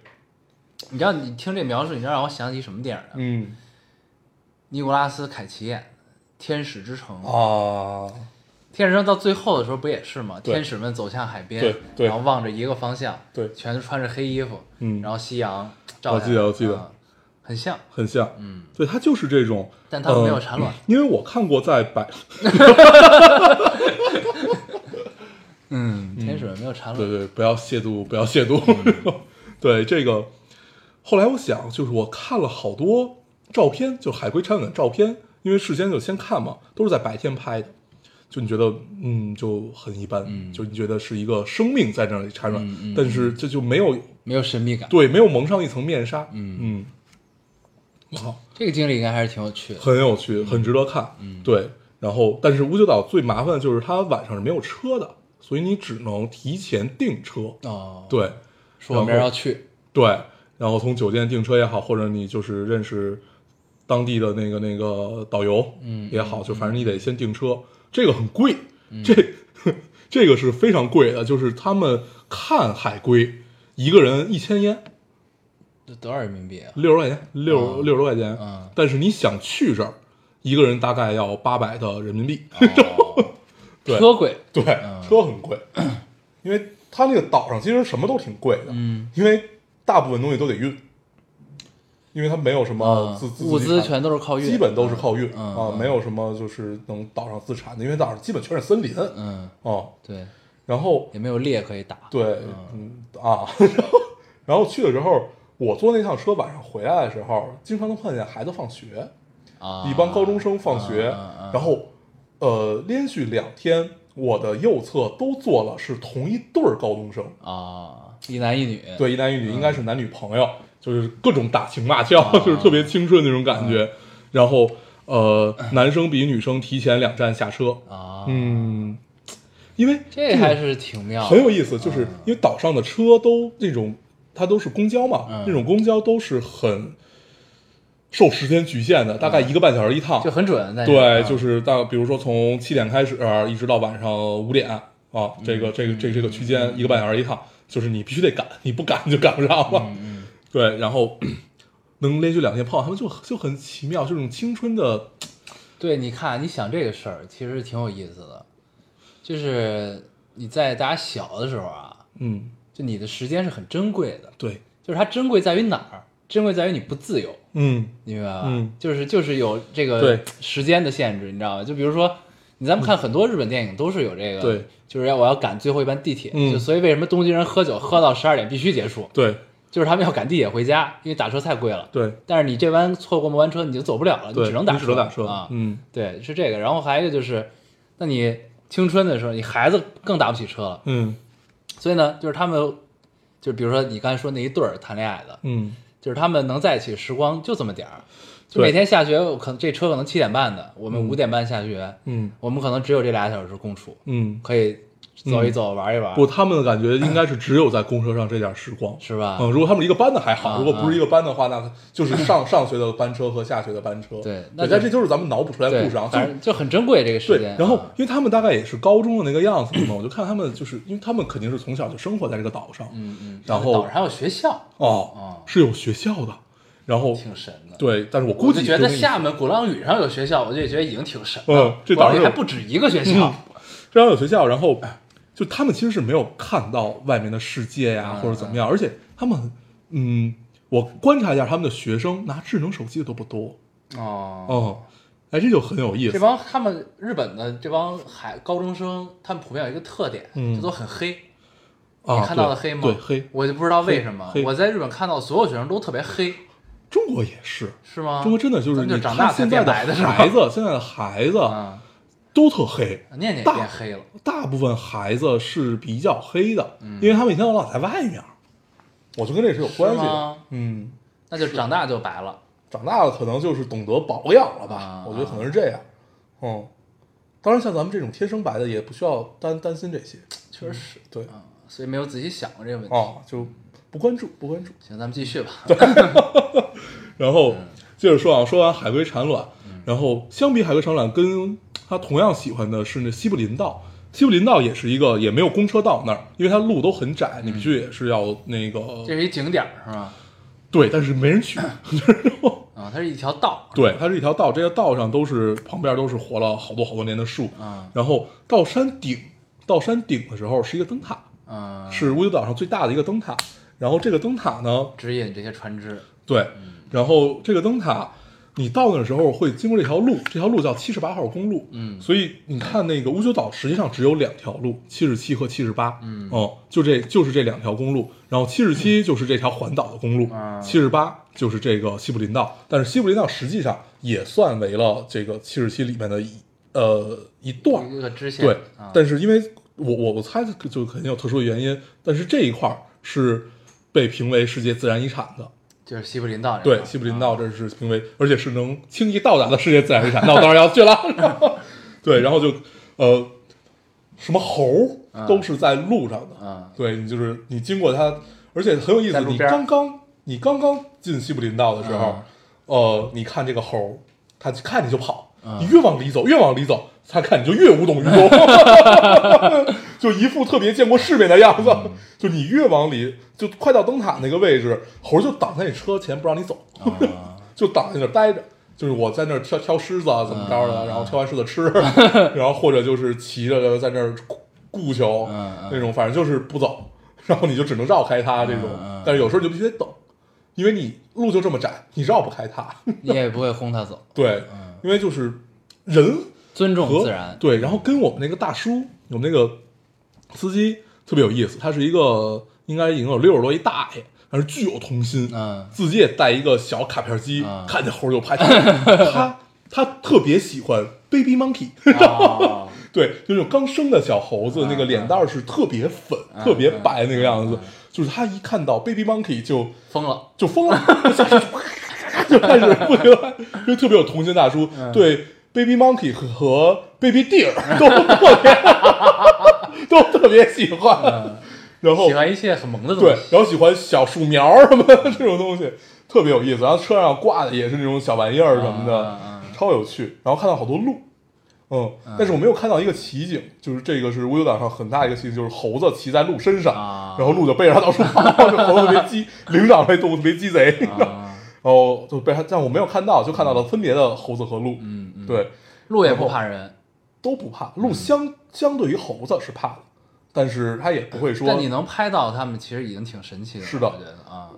A: 你知道你听这描述，你知道让我想起什么电影呢？
B: 嗯
A: 尼古拉斯凯奇演《天使之城》
B: 啊，
A: 天使城到最后的时候不也是吗？
B: 对
A: 天使们走向海边，
B: 对对
A: 然后望着一个方向，
B: 对
A: 全都穿着黑衣服，
B: 嗯
A: 然后夕阳照
B: 我
A: 下来，
B: 记得我记得
A: 嗯很像，
B: 很像。
A: 嗯，
B: 对，它就是这种，
A: 但它们没有
B: 呃
A: 产卵，
B: 因为我看过 在百，
A: 嗯，天使们没有产
B: 对
A: 卵，
B: 对，不要亵渎，不要亵渎。
A: 嗯
B: 对这个，后来我想，就是我看了好多照片，就是海龟产卵的照片，因为事先就先看嘛，都是在白天拍的，就你觉得嗯就很一般，
A: 嗯
B: 就你觉得是一个生命在那里产卵，
A: 嗯嗯
B: 但是这就没有
A: 没有神秘感。
B: 对没有蒙上一层面纱，
A: 嗯
B: 嗯好。
A: 这个经历应该还是挺有趣的。
B: 很有趣，很值得看。嗯，对。然后，但是乌九岛最麻烦的就是它晚上是没有车的，所以你只能提前订车。
A: 哦，，
B: 对
A: 说我明儿
B: 然后
A: 要去，
B: 对，然后从酒店订车也好，或者你就是认识当地的那个那个导游，
A: 嗯
B: 也好，就反正你得先订车，这个很贵，这 这个是非常贵的，就是他们看海龟一个人一千烟，
A: 这多少人民币啊？
B: 六十块钱，六
A: 嗯
B: 六十块钱
A: 嗯，
B: 但是你想去这儿，一个人大概要八百的人民币。
A: 哦
B: 对
A: 车贵，
B: 对，
A: 嗯
B: 车很贵，因为它那个岛上其实什么都挺贵的，
A: 嗯，
B: 因为大部分东西都得运，因为它没有什么
A: 嗯
B: 哦自、自
A: 物
B: 自己
A: 资
B: 产
A: 全都是靠运，
B: 基本都是靠运、
A: 嗯
B: 啊，
A: 嗯
B: 没有什么就是能岛上自产的，因为岛上基本全是森林啊、
A: 嗯，对，
B: 然后
A: 也没有猎可以打，
B: 对，嗯啊，然后然后去的时候，我坐那趟车晚上回来的时候，经常能看见孩子放学，
A: 啊，
B: 一帮高中生放学，
A: 啊啊啊
B: 然后呃，连续两天，我的右侧都坐了是同一对儿高中生，
A: 啊，一男一女，
B: 对，一男一女，应该是男女朋友，
A: 嗯
B: 就是各种打情骂俏，
A: 啊
B: 就是特别青春那种感
A: 嗯
B: 觉。然后呃，男生比女生提前两站下车，
A: 啊，
B: 嗯，因为
A: 这还是啊挺妙的，
B: 很有意思，就是因为岛上的车都那种，它都是公交嘛，
A: 嗯
B: 那种公交都是很受时间局限的，大概一个半小时一趟，
A: 嗯就很准，在
B: 对，就是是大，比如说从七点开始、一直到晚上五点啊，这
A: 嗯
B: 个这个这这个区间一个半小时一趟，就是你必须得赶，你不赶就赶不上
A: 嗯
B: 了。对，然后 能连续两天碰到他们就就很奇妙，这种青春的，
A: 对，你看，你想这个事儿，其实挺有意思的，就是你在大家小的时候啊，
B: 嗯，
A: 就你的时间是很珍贵的，
B: 对
A: 就是它珍贵在于哪儿？珍贵在于你不自由，
B: 嗯
A: 你明白吧？
B: 嗯
A: 就是就是有这个
B: 对嗯
A: 时间的限制，你知道吗？就比如说，你咱们看很多日本电影都是有这个，
B: 对，
A: 就是要我要赶最后一班地铁，
B: 嗯
A: 就所以为什么东京人喝酒喝到十二点必须结束，
B: 对
A: 就是他们要赶地铁回家，因为打车太贵了。
B: 对
A: 但是你这班错过末班啊车，你就走不了了，
B: 对，
A: 只能
B: 你
A: 打
B: 只能打车
A: 啊。
B: 嗯，
A: 对，是这个。然后还有一个就是，那你青春的时候，你孩子更打不起车了，
B: 嗯
A: 所以呢，就是他们，就比如说你刚才说那一对儿谈恋爱的，
B: 嗯
A: 就是他们能在一起时光就这么点儿，就
B: 对
A: 每天下学，我可能这车可能七点半的，我们五点半下学，
B: 嗯
A: 我们可能只有这俩小时共处，
B: 嗯，
A: 可以走一走，玩一玩，
B: 不，他们的感觉应该是只有在公车上这点时光。
A: 是吧？
B: 嗯，如果他们一个班的还好，
A: 啊
B: 如果不是一个班的话，那就是上上学的班车和下学的班车。
A: 对那
B: 对，
A: 就
B: 但这就是咱们脑补出来的
A: 对
B: 故事啊，，就
A: 反正就很珍贵这个时
B: 对
A: 间。，
B: 然后
A: 啊
B: 因为他们大概也是高中的那个样子嘛，我就看他们就是因为他们肯定是从小就生活在这个岛上，
A: 嗯嗯，
B: 然后
A: 岛上还有学校，
B: 哦
A: 啊
B: 是有学校的，然后
A: 挺神的。
B: 对，但是我
A: 我
B: 估
A: 就
B: 计
A: 觉
B: 就
A: 得
B: 那一
A: 下面鼓浪屿上有学校，我就觉得已经挺神了。
B: 嗯这
A: 鼓浪
B: 岛
A: 屿
B: 上
A: 还
B: 有嗯
A: 不止一个学校，哦
B: 这样有学校，然后就他们其实是没有看到外面的世界呀、
A: 嗯
B: 或者怎么样，而且他们嗯，我观察一下他们的学生拿智能手机的都不多
A: 哦
B: 哦，哎，这就很有意
A: 这
B: 思，
A: 帮他们日本的这帮海高中生，他们普遍有一个特点，
B: 嗯
A: 就都很黑。
B: 啊，
A: 你看到的
B: 对
A: 黑吗？
B: 对，黑，
A: 我就不知道为什么
B: 黑黑
A: 我在日本看到所有学生都特别黑，
B: 中国也是。
A: 是吗？
B: 中国真的就
A: 啊
B: 是
A: 咱就
B: 你
A: 长大
B: 看
A: 才
B: 现在
A: 变
B: 的
A: 白的是吧
B: 孩子，现在的孩子
A: 啊，
B: 都特黑，
A: 念念也
B: 大
A: 变黑了，
B: 大部分孩子是比较黑的，
A: 嗯
B: 因为他们一天到晚在外面儿。我就跟这是有关系
A: 是
B: 的
A: 吗，
B: 嗯，
A: 那就长大就白了。
B: 长大了可能就是懂得保养了吧，
A: 啊
B: 我觉得可能是这样，嗯。当然，像咱们这种天生白的，也不需要担担心这些，
A: 确实是，
B: 对，
A: 嗯，所以没有仔细想过这个问题。
B: 啊，就不关注，不关注。
A: 行，咱们继续吧。
B: 然后接着说啊，说完海龟产卵，然后相比海龟产卵，跟他同样喜欢的是那西部林道。西部林道也是一个也没有公车到那儿，因为它路都很窄，你必须也是要那个
A: 嗯这是一景点儿是吧？
B: 对，但是没人去。
A: 啊，它是一条道。
B: 对，它是一条道，这个道上都是旁边都是活了好多好多年的树。
A: 嗯
B: 然后到山顶，到山顶的时候是一个灯塔，
A: 嗯，
B: 是乌尤岛上最大的一个灯塔。然后这个灯塔呢，
A: 指引这些船只。
B: 对，
A: 嗯
B: 然后这个灯塔，你到那的时候会经过这条路，这条路叫七十八号公路。
A: 嗯
B: 所以你看那个乌九岛实际上只有两条路，七十七和七十八。
A: 嗯
B: 哦，就这就是这两条公路，然后七十七就是这条环岛的公路
A: 啊，
B: 七十八就是这个西部林道。但是西部林道实际上也算为了这个七十七里面的一呃一段儿。
A: 一个支线。
B: 对
A: 啊，
B: 但是因为我我我猜就肯定有特殊的原因，但是这一块儿是被评为世界自然遗产的。
A: 就是西部林道这块儿。
B: 对，西部林
A: 啊
B: 道这是评为，而且是能轻易到达的世界自然遗产，那我当然要去了。 然后对，然后就呃，什么猴
A: 啊
B: 儿都是在路上的，
A: 嗯
B: 对你就是你经过它，而且很有意
A: 在
B: 思。
A: 路
B: 你
A: 边啊儿
B: 刚刚你刚刚进西部林道的时候，呃，你看这个猴儿，它看你就跑，
A: 啊
B: 你越往里走，越往里走，它看你就越无动 于衷，就一副特别见过世面的样子。就你越往里，就快到灯塔那个位置，猴儿就挡在你车前不让你走，就挡在那儿待着。就是我在那儿挑挑狮子啊，怎么着
A: 嗯
B: 的，然后挑完狮子 吃，然后或者就是骑着在那儿顾求
A: 嗯嗯
B: 那种，反正就是不走，然后你就只能绕开它这
A: 嗯
B: 种。但是有时候你就必须得等，因为你路就这么窄，你绕不开它。
A: 你也不会轰他走，
B: 对，因为就是人
A: 尊重
B: 和
A: 自然。嗯
B: 对，然后跟我们那个大叔，我们那个司机特别有意思，他是一个应该已经有六十多一大爷，但是巨有童心，
A: 嗯
B: 自己也带一个小卡片机，
A: 嗯
B: 看见猴儿就 拍。他他特别喜欢 baby monkey，
A: 哦
B: 对，就是刚生的小猴
A: 嗯
B: 子，那个脸蛋儿是特别粉、特别白那个样子，就是他一看到 baby monkey 就
A: 疯了，
B: 就疯了，就下去就开始不停地，因为特别有童心大叔，
A: 嗯
B: 对 Baby Monkey 和和 Baby Deer 都特别 都特别喜欢，然后
A: 嗯喜欢一切很萌的东
B: 对
A: 西。，
B: 然后喜欢小树苗什么
A: 嗯
B: 的 这种东西，特别有意思。然后车上挂的也是那种小玩意儿什么的，
A: 啊啊
B: 超有趣。然后看到好多鹿，嗯，但是我没有看到一个奇景，就是这个是乌尤岛上很大一个奇景，就是猴子骑在鹿身上，
A: 啊
B: 然后鹿就背着它到处跑，这 猴子特别 鸡，灵长类动物特别鸡贼，
A: 啊，
B: 然后就被它，但我没有看到，就看到了分别的猴子和鹿，
A: 嗯嗯，
B: 对，
A: 鹿也不怕人，
B: 都不怕，鹿相、相对于猴子是怕的，但是它也不会说，
A: 但你能拍到他们，其实已经挺神奇的了。
B: 是的
A: 我觉得啊，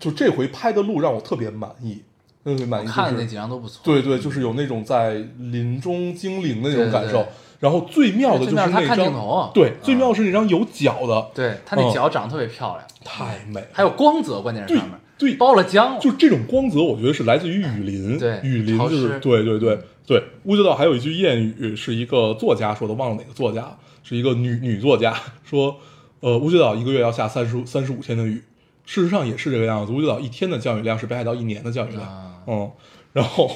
B: 就这回拍的路让我特别满意，特别满意、就是。
A: 看的那几张都不错。
B: 对对，就是有那种在林中精灵的那种感受。
A: 对对对
B: 然后最妙的就是
A: 那
B: 那
A: 儿他
B: 张，
A: 看镜头啊
B: 对，最妙是那张有脚的，
A: 对他那脚长得特别漂亮，
B: 太美了。
A: 还有光泽，关键是
B: 嗯对
A: 上面
B: 对，
A: 包了浆，
B: 就这种光泽，我觉得是来自于雨林。
A: 对
B: 雨林就
A: 潮
B: 是
A: 湿
B: 对对对对。乌九道还有一句谚语，是一个作家说的，忘了哪个作家，是一个女女作家说，呃，乌九岛一个月要下三十三十五天的雨，事实上也是这个样子。乌九岛一天的降雨量是北海道一年的降雨量。
A: 啊
B: 嗯，然后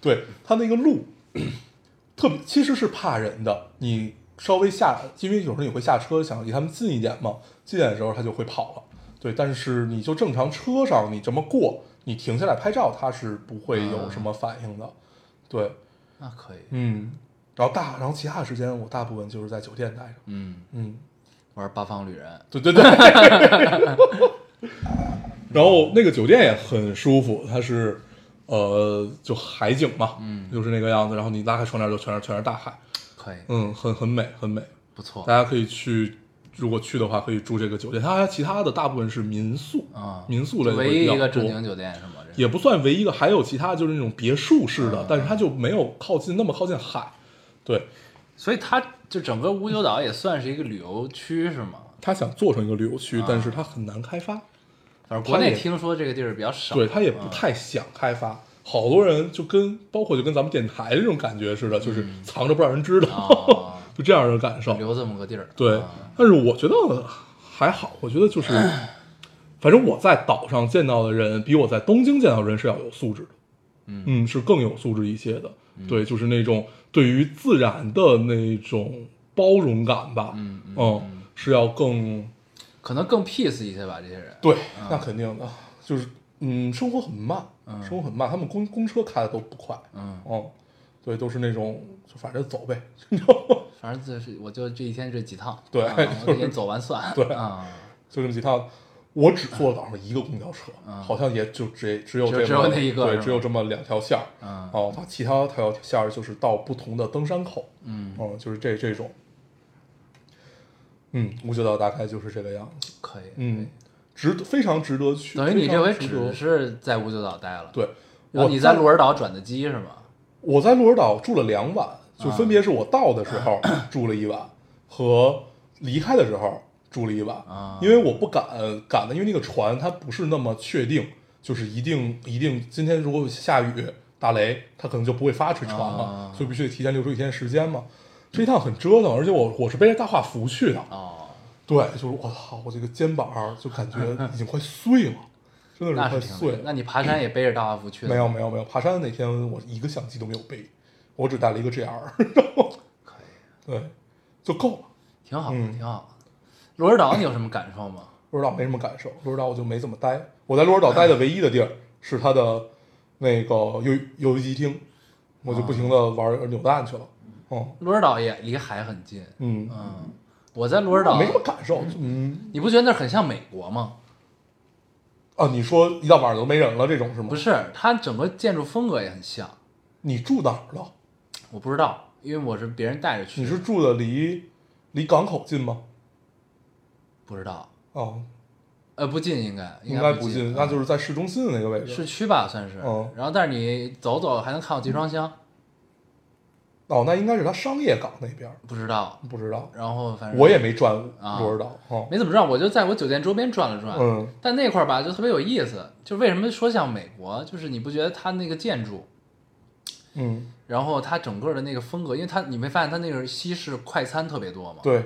B: 对它那个路特别其实是怕人的，你稍微下，因为有时候你会下车想离他们近一点嘛，近一点的时候它就会跑了。对，但是你就正常车上你这么过，你停下来拍照，它是不会有什么反应的。对，
A: 那可以，
B: 嗯，然后大，然后其他的时间我大部分就是在酒店待着。
A: 嗯，
B: 嗯，
A: 玩八方旅人，
B: 对对对。 然后那个酒店也很舒服，它是，呃，就海景嘛，嗯，就是那个样子。然后你拉开窗帘就全是全是大海，
A: 可以，
B: 嗯，很很美很美。
A: 不错
B: 大，家可以去，如果去的话可以住这个酒店。它还其他的大部分是民宿
A: 啊
B: 民宿类的
A: 唯
B: 会比
A: 一
B: 较
A: 一个正
B: 多
A: 经酒店是吗？这是
B: 也不算唯一一个，还有其他就是那种别墅式的，
A: 嗯
B: 但是它就没有靠近那么靠近海，对。
A: 所以它就整个五九岛也算是一个旅游区是吗？
B: 它想做成一个旅游区，
A: 啊
B: 但是它很难开发，
A: 反正国内
B: 它也
A: 听说这个地儿比较少，
B: 对，他也不太想开发。好多人就跟包括就跟咱们电台这种感觉似的，就是藏着不让人知道，
A: 哦
B: 就这样的感受。
A: 留这么个地儿，
B: 对
A: 啊，
B: 但是我觉得还好，我觉得 就是，反正我在岛上见到的人比我在东京见到的人是要有素质的，嗯是更有素质一些的。对，就是那种对于自然的那种包容感吧，嗯是要更
A: 可能更 peace 一些吧，这些人，
B: 对，那肯定的，就是嗯，生活很慢，生活很慢，他们公公车开的都不快，
A: 嗯，
B: 哦，对，都是那种就反正走呗，
A: 反正就是我就这一天这几趟，
B: 对
A: 啊我给你走完算，
B: 对
A: 啊，
B: 就这么几趟。我只坐了早上一个公交车，好像也就只只有
A: 就
B: 这么
A: 嗯只有那一个是
B: 对，
A: 吧
B: 只有这么两条线儿。
A: 嗯
B: 哦，它其他条线儿就是到不同的登山口。嗯，哦，就是这这种。嗯，我觉得大概就是这个样子。
A: 可以，
B: 嗯，值得非常值得去。
A: 等于你
B: 非常
A: 这回
B: 值得
A: 只是在五九岛待了，，
B: 对，
A: 然后
B: 我
A: 你在鹿儿岛转的机是吗？
B: 我在鹿儿岛住了两晚，就分别是我到的时候
A: 啊
B: 住了一晚和离开的时候住了一晚
A: 啊
B: 因为我不敢赶的，因为那个船它不是那么确定，就是一定一定今天如果下雨打雷，它可能就不会发这船了
A: 啊，
B: 所以必须得提前留出一天时间嘛。这一趟很折腾，而且我我是背着大画幅去的，
A: 哦，
B: 对，就是我操，我这个肩膀儿就感觉已经快碎了，真的
A: 那
B: 是
A: 是挺
B: 快碎
A: 累
B: 了，。
A: 那你爬山也背着大画幅去的？
B: 没有，没有没有，爬山那天我一个相机都没有背，我只带了一个 GR，然后对，就够了。
A: 挺好，
B: 嗯
A: 挺好。鹿儿岛你有什么感受吗？
B: 鹿儿岛没什么感受，鹿儿岛我就没怎么待。我在鹿儿岛待的唯一的地儿是它的那个游游戏机厅，我就不停的玩扭蛋去了。嗯
A: 鹿儿岛也离海很近，
B: 嗯，
A: 嗯，我在鹿儿岛
B: 没什么感受。就嗯
A: 你不觉得那很像美国吗？
B: 啊，你说一到晚上都没人了这种是吗？
A: 不，是，它整个建筑风格也很像。
B: 你住哪儿了？
A: 我不知道，因为我是别人带着去
B: 你
A: 的，
B: 是住的离离港口近吗？
A: 不知道，
B: 哦，
A: 呃，不近应该
B: 应
A: 该
B: 不嗯
A: 近，
B: 那就是是在市中心的那个位置。
A: 市区吧，算是
B: 嗯。
A: 然后，但是你走走还能看到集装箱，
B: 哦，那应该是它商业港那边儿，
A: 不知道。
B: 不知道。
A: 然后反正
B: 嗯我也没转
A: 啊
B: 鹿儿岛，哦
A: 没怎么转，我就在我酒店周边转了转。
B: 嗯，
A: 但那块儿吧，就特别有意思。就为什么说像美国，就是你不觉得它那个建筑，
B: 嗯，
A: 然后它整个的那个风格，因为它你没发现它那个西式快餐特别多吗？，
B: 对，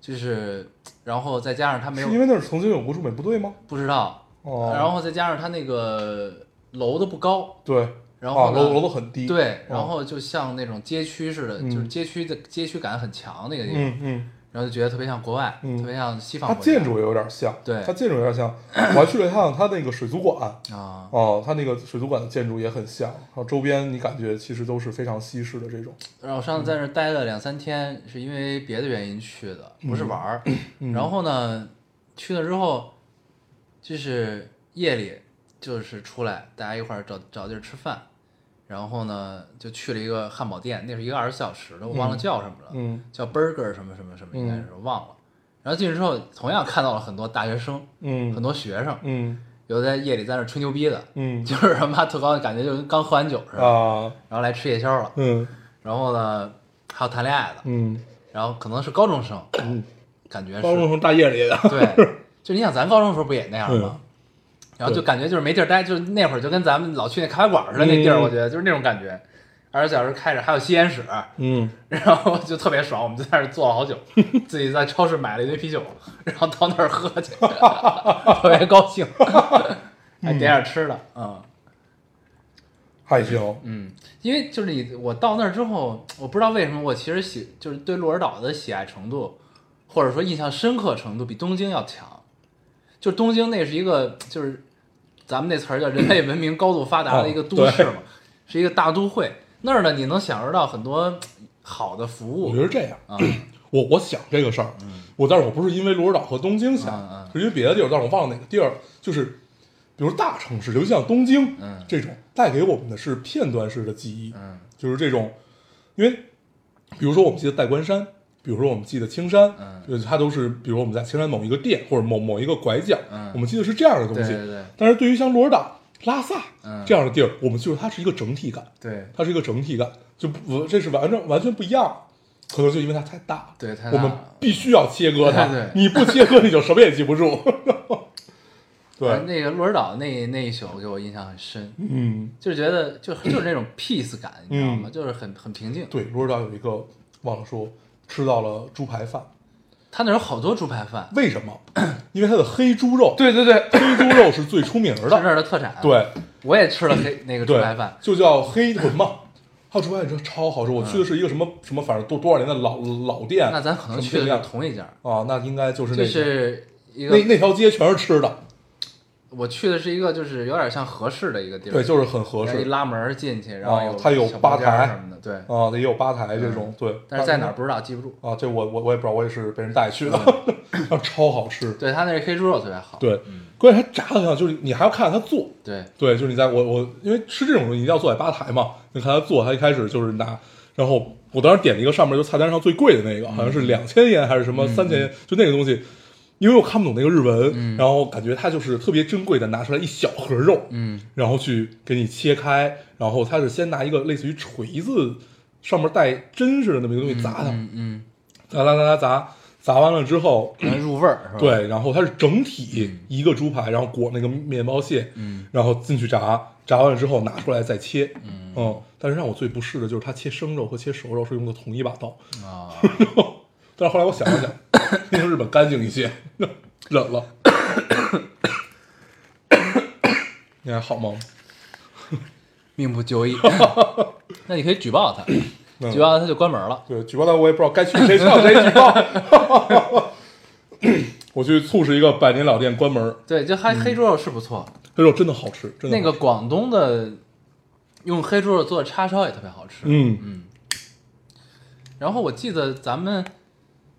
A: 就是，然后再加上它没
B: 是因
A: 有
B: 为那是曾经有过驻美部队吗？
A: 不知道，
B: 哦，
A: 然后再加上它那个楼都不高，
B: 对，
A: 然后
B: 啊
A: 呢
B: 楼楼都很低，
A: 对
B: 哦，
A: 然后就像那种街区似的，
B: 嗯
A: 就是街区的街区感很强那个地方，
B: 嗯嗯，
A: 然后就觉得特别像国外，
B: 嗯
A: 特别像西方
B: 它
A: 国家
B: 建筑也有点像，
A: 对
B: 它建筑有点像，我还去了一趟它那个水族馆，
A: 啊，
B: 哦，它那个水族馆的建筑也很像，然后周边你感觉其实都是非常西式的这种，
A: 然后我上次在那儿待了两三天，是因为别的原因去的，不是玩儿。
B: 嗯
A: 然后呢，去了之后，就是夜里就是出来，大家一块儿找找地儿吃饭，然后呢就去了一个汉堡店，那是一个二十四小时的，我忘了叫什么了，
B: 嗯
A: 叫 burger 什么什么什么，应该是忘了。然后进去之后，同样看到了很多大学生，
B: 嗯
A: 很多学生，
B: 嗯
A: 有的在夜里在那儿吹牛逼的，
B: 嗯
A: 就是他妈特高，感觉就跟刚喝完酒似的，
B: 啊，
A: 然后来吃夜宵了。
B: 嗯
A: 然后呢，还有谈恋爱的，
B: 嗯，
A: 然后可能是高中生，感觉
C: 嗯高中
A: 是，啊
C: 生大夜里的，
A: 对，就你想咱高中时候不也那样
B: 嗯
A: 吗？然后就感觉就是没地儿待，就是那会儿就跟咱们老去那咖啡馆似的那地儿，
B: 嗯
A: 我觉得就是那种感觉，二十四小时开着，还有吸烟室，
B: 嗯
A: 然后就特别爽，我们就在那儿坐了 好久，自己在超市买了一堆啤酒，然后到那儿喝去， 特别高 兴，还点点吃的，嗯
B: 还行，
A: 嗯，因为就是你我到那儿之后，我不知道为什么我其实喜就是对鹿儿岛的喜爱程度，或者说印象深刻程度比东京要强，就东京那是一个就是咱们那词儿叫人类文明高度发达的
B: 哦
A: 一个都市嘛，是一个大都会，那儿呢你能享受到很多好的服
B: 我
A: 务
B: 觉得这样，
A: 啊。
B: 我我想这个事儿，我但是我不是因为鹿儿岛和东京想，
A: 嗯嗯
B: 是因为别的地儿，但是我忘了哪个地儿，就是比如大城市，尤其像东京，
A: 嗯
B: 这种带给我们的是片段式的记忆，
A: 嗯
B: 就是这种，因为比如说我们记得代官山，比如说我们记得青山，
A: 嗯
B: 就是它都是比如我们在青山某一个店或者某某一个拐角，
A: 嗯
B: 我们记得是这样的东西，
A: 对对对
B: 但是对于像鹿儿岛、拉萨、
A: 嗯
B: 这样的地儿，我们就是它是一个整体感，
A: 对
B: 它是一个整体感，就不这是完全完全不一样。可能就因为它太大了，
A: 对太大
B: 我
A: 了
B: 们必须要切割 它。
A: 对对
B: 你不切割，你就什么也记不住。
A: 哎
B: 对，
A: 那个鹿儿岛那那一宿给我印象很深，
B: 嗯，
A: 就是觉得就就是那种 peace 感，你知道吗？就是很很平静。，
B: 对，鹿儿岛有一个忘了说，吃到了猪排饭，
A: 他那有好多猪排饭，
B: 为什么？ 因为它的黑猪肉，
A: 嗯对对对，
B: 黑猪肉是最出名
A: 是这
B: 的。
A: 儿的特产。，
B: 对
A: 我也吃了黑那个猪
B: 对
A: 排饭，，嗯
B: 就叫黑魂嘛。它猪排真超好吃，我去的是一个什么什么，反正多多少年的老老店。
A: 那咱可能去的
B: 什
A: 是
B: 么店
A: 同一家，
B: 啊，那应该就是那
A: 就
B: 个
A: 是一
B: 那
A: 个
B: 那条街全是吃的，
A: 我去的是一个就是有点像合适的一个地儿，
B: 对，就是很合
A: 然后一
B: 适
A: 拉门进去，然后有
B: 哦它有
A: 小包
B: 吧台
A: 间什么的，对。
B: 啊，也有吧台这种，对。
A: 嗯但是在哪儿不知道，记不住。
B: 啊？这我我我也不知道，我也是被人带去的，啊
A: 嗯
B: 超好吃。
A: 对他那个黑猪肉特别好。
B: 对，关键它炸的像，就是你还要看它做，
A: 对，
B: 对，就是你在我我因为吃这种东西一定要坐在吧台嘛，你看他做，他一开始就是拿，然后我当时点了一个上面就菜单上最贵的那个，好
A: 嗯
B: 像是两千烟还是什么三千烟，就那个东西，因为我看不懂那个日文，然后感觉它就是特别珍贵的拿出来一小盒肉，
A: 嗯，
B: 然后去给你切开，然后他是先拿一个类似于锤子上面带针似的那么一个东西砸它，
A: 嗯嗯，
B: 砸砸砸砸砸，砸完了之后，
A: 可能入味儿是吧？，嗯
B: 对，然后它是整体一个猪排，然后裹那个面包蟹，嗯，然后进去炸，炸完了之后拿出来再切，嗯，但是让我最不适的就是它切生肉和切熟肉是用的同一把刀，
A: 啊，
B: 但是后来我想了想，毕竟日本干净一些， 忍 了。你还好吗？
A: 命不 久矣。那你可以举报他，
B: 嗯
A: 举报他就关门了。
B: 对，举报他我也不知道该去谁上谁举报。 我去促使一个百年老店关门，
A: 对，就还黑猪肉是不错，
B: 这肉真的好吃，真的
A: 那
B: 嗯好
A: 个
B: 吃
A: 广东的用黑猪肉做的叉烧也特别好吃。
B: 嗯
A: 然后我记得咱们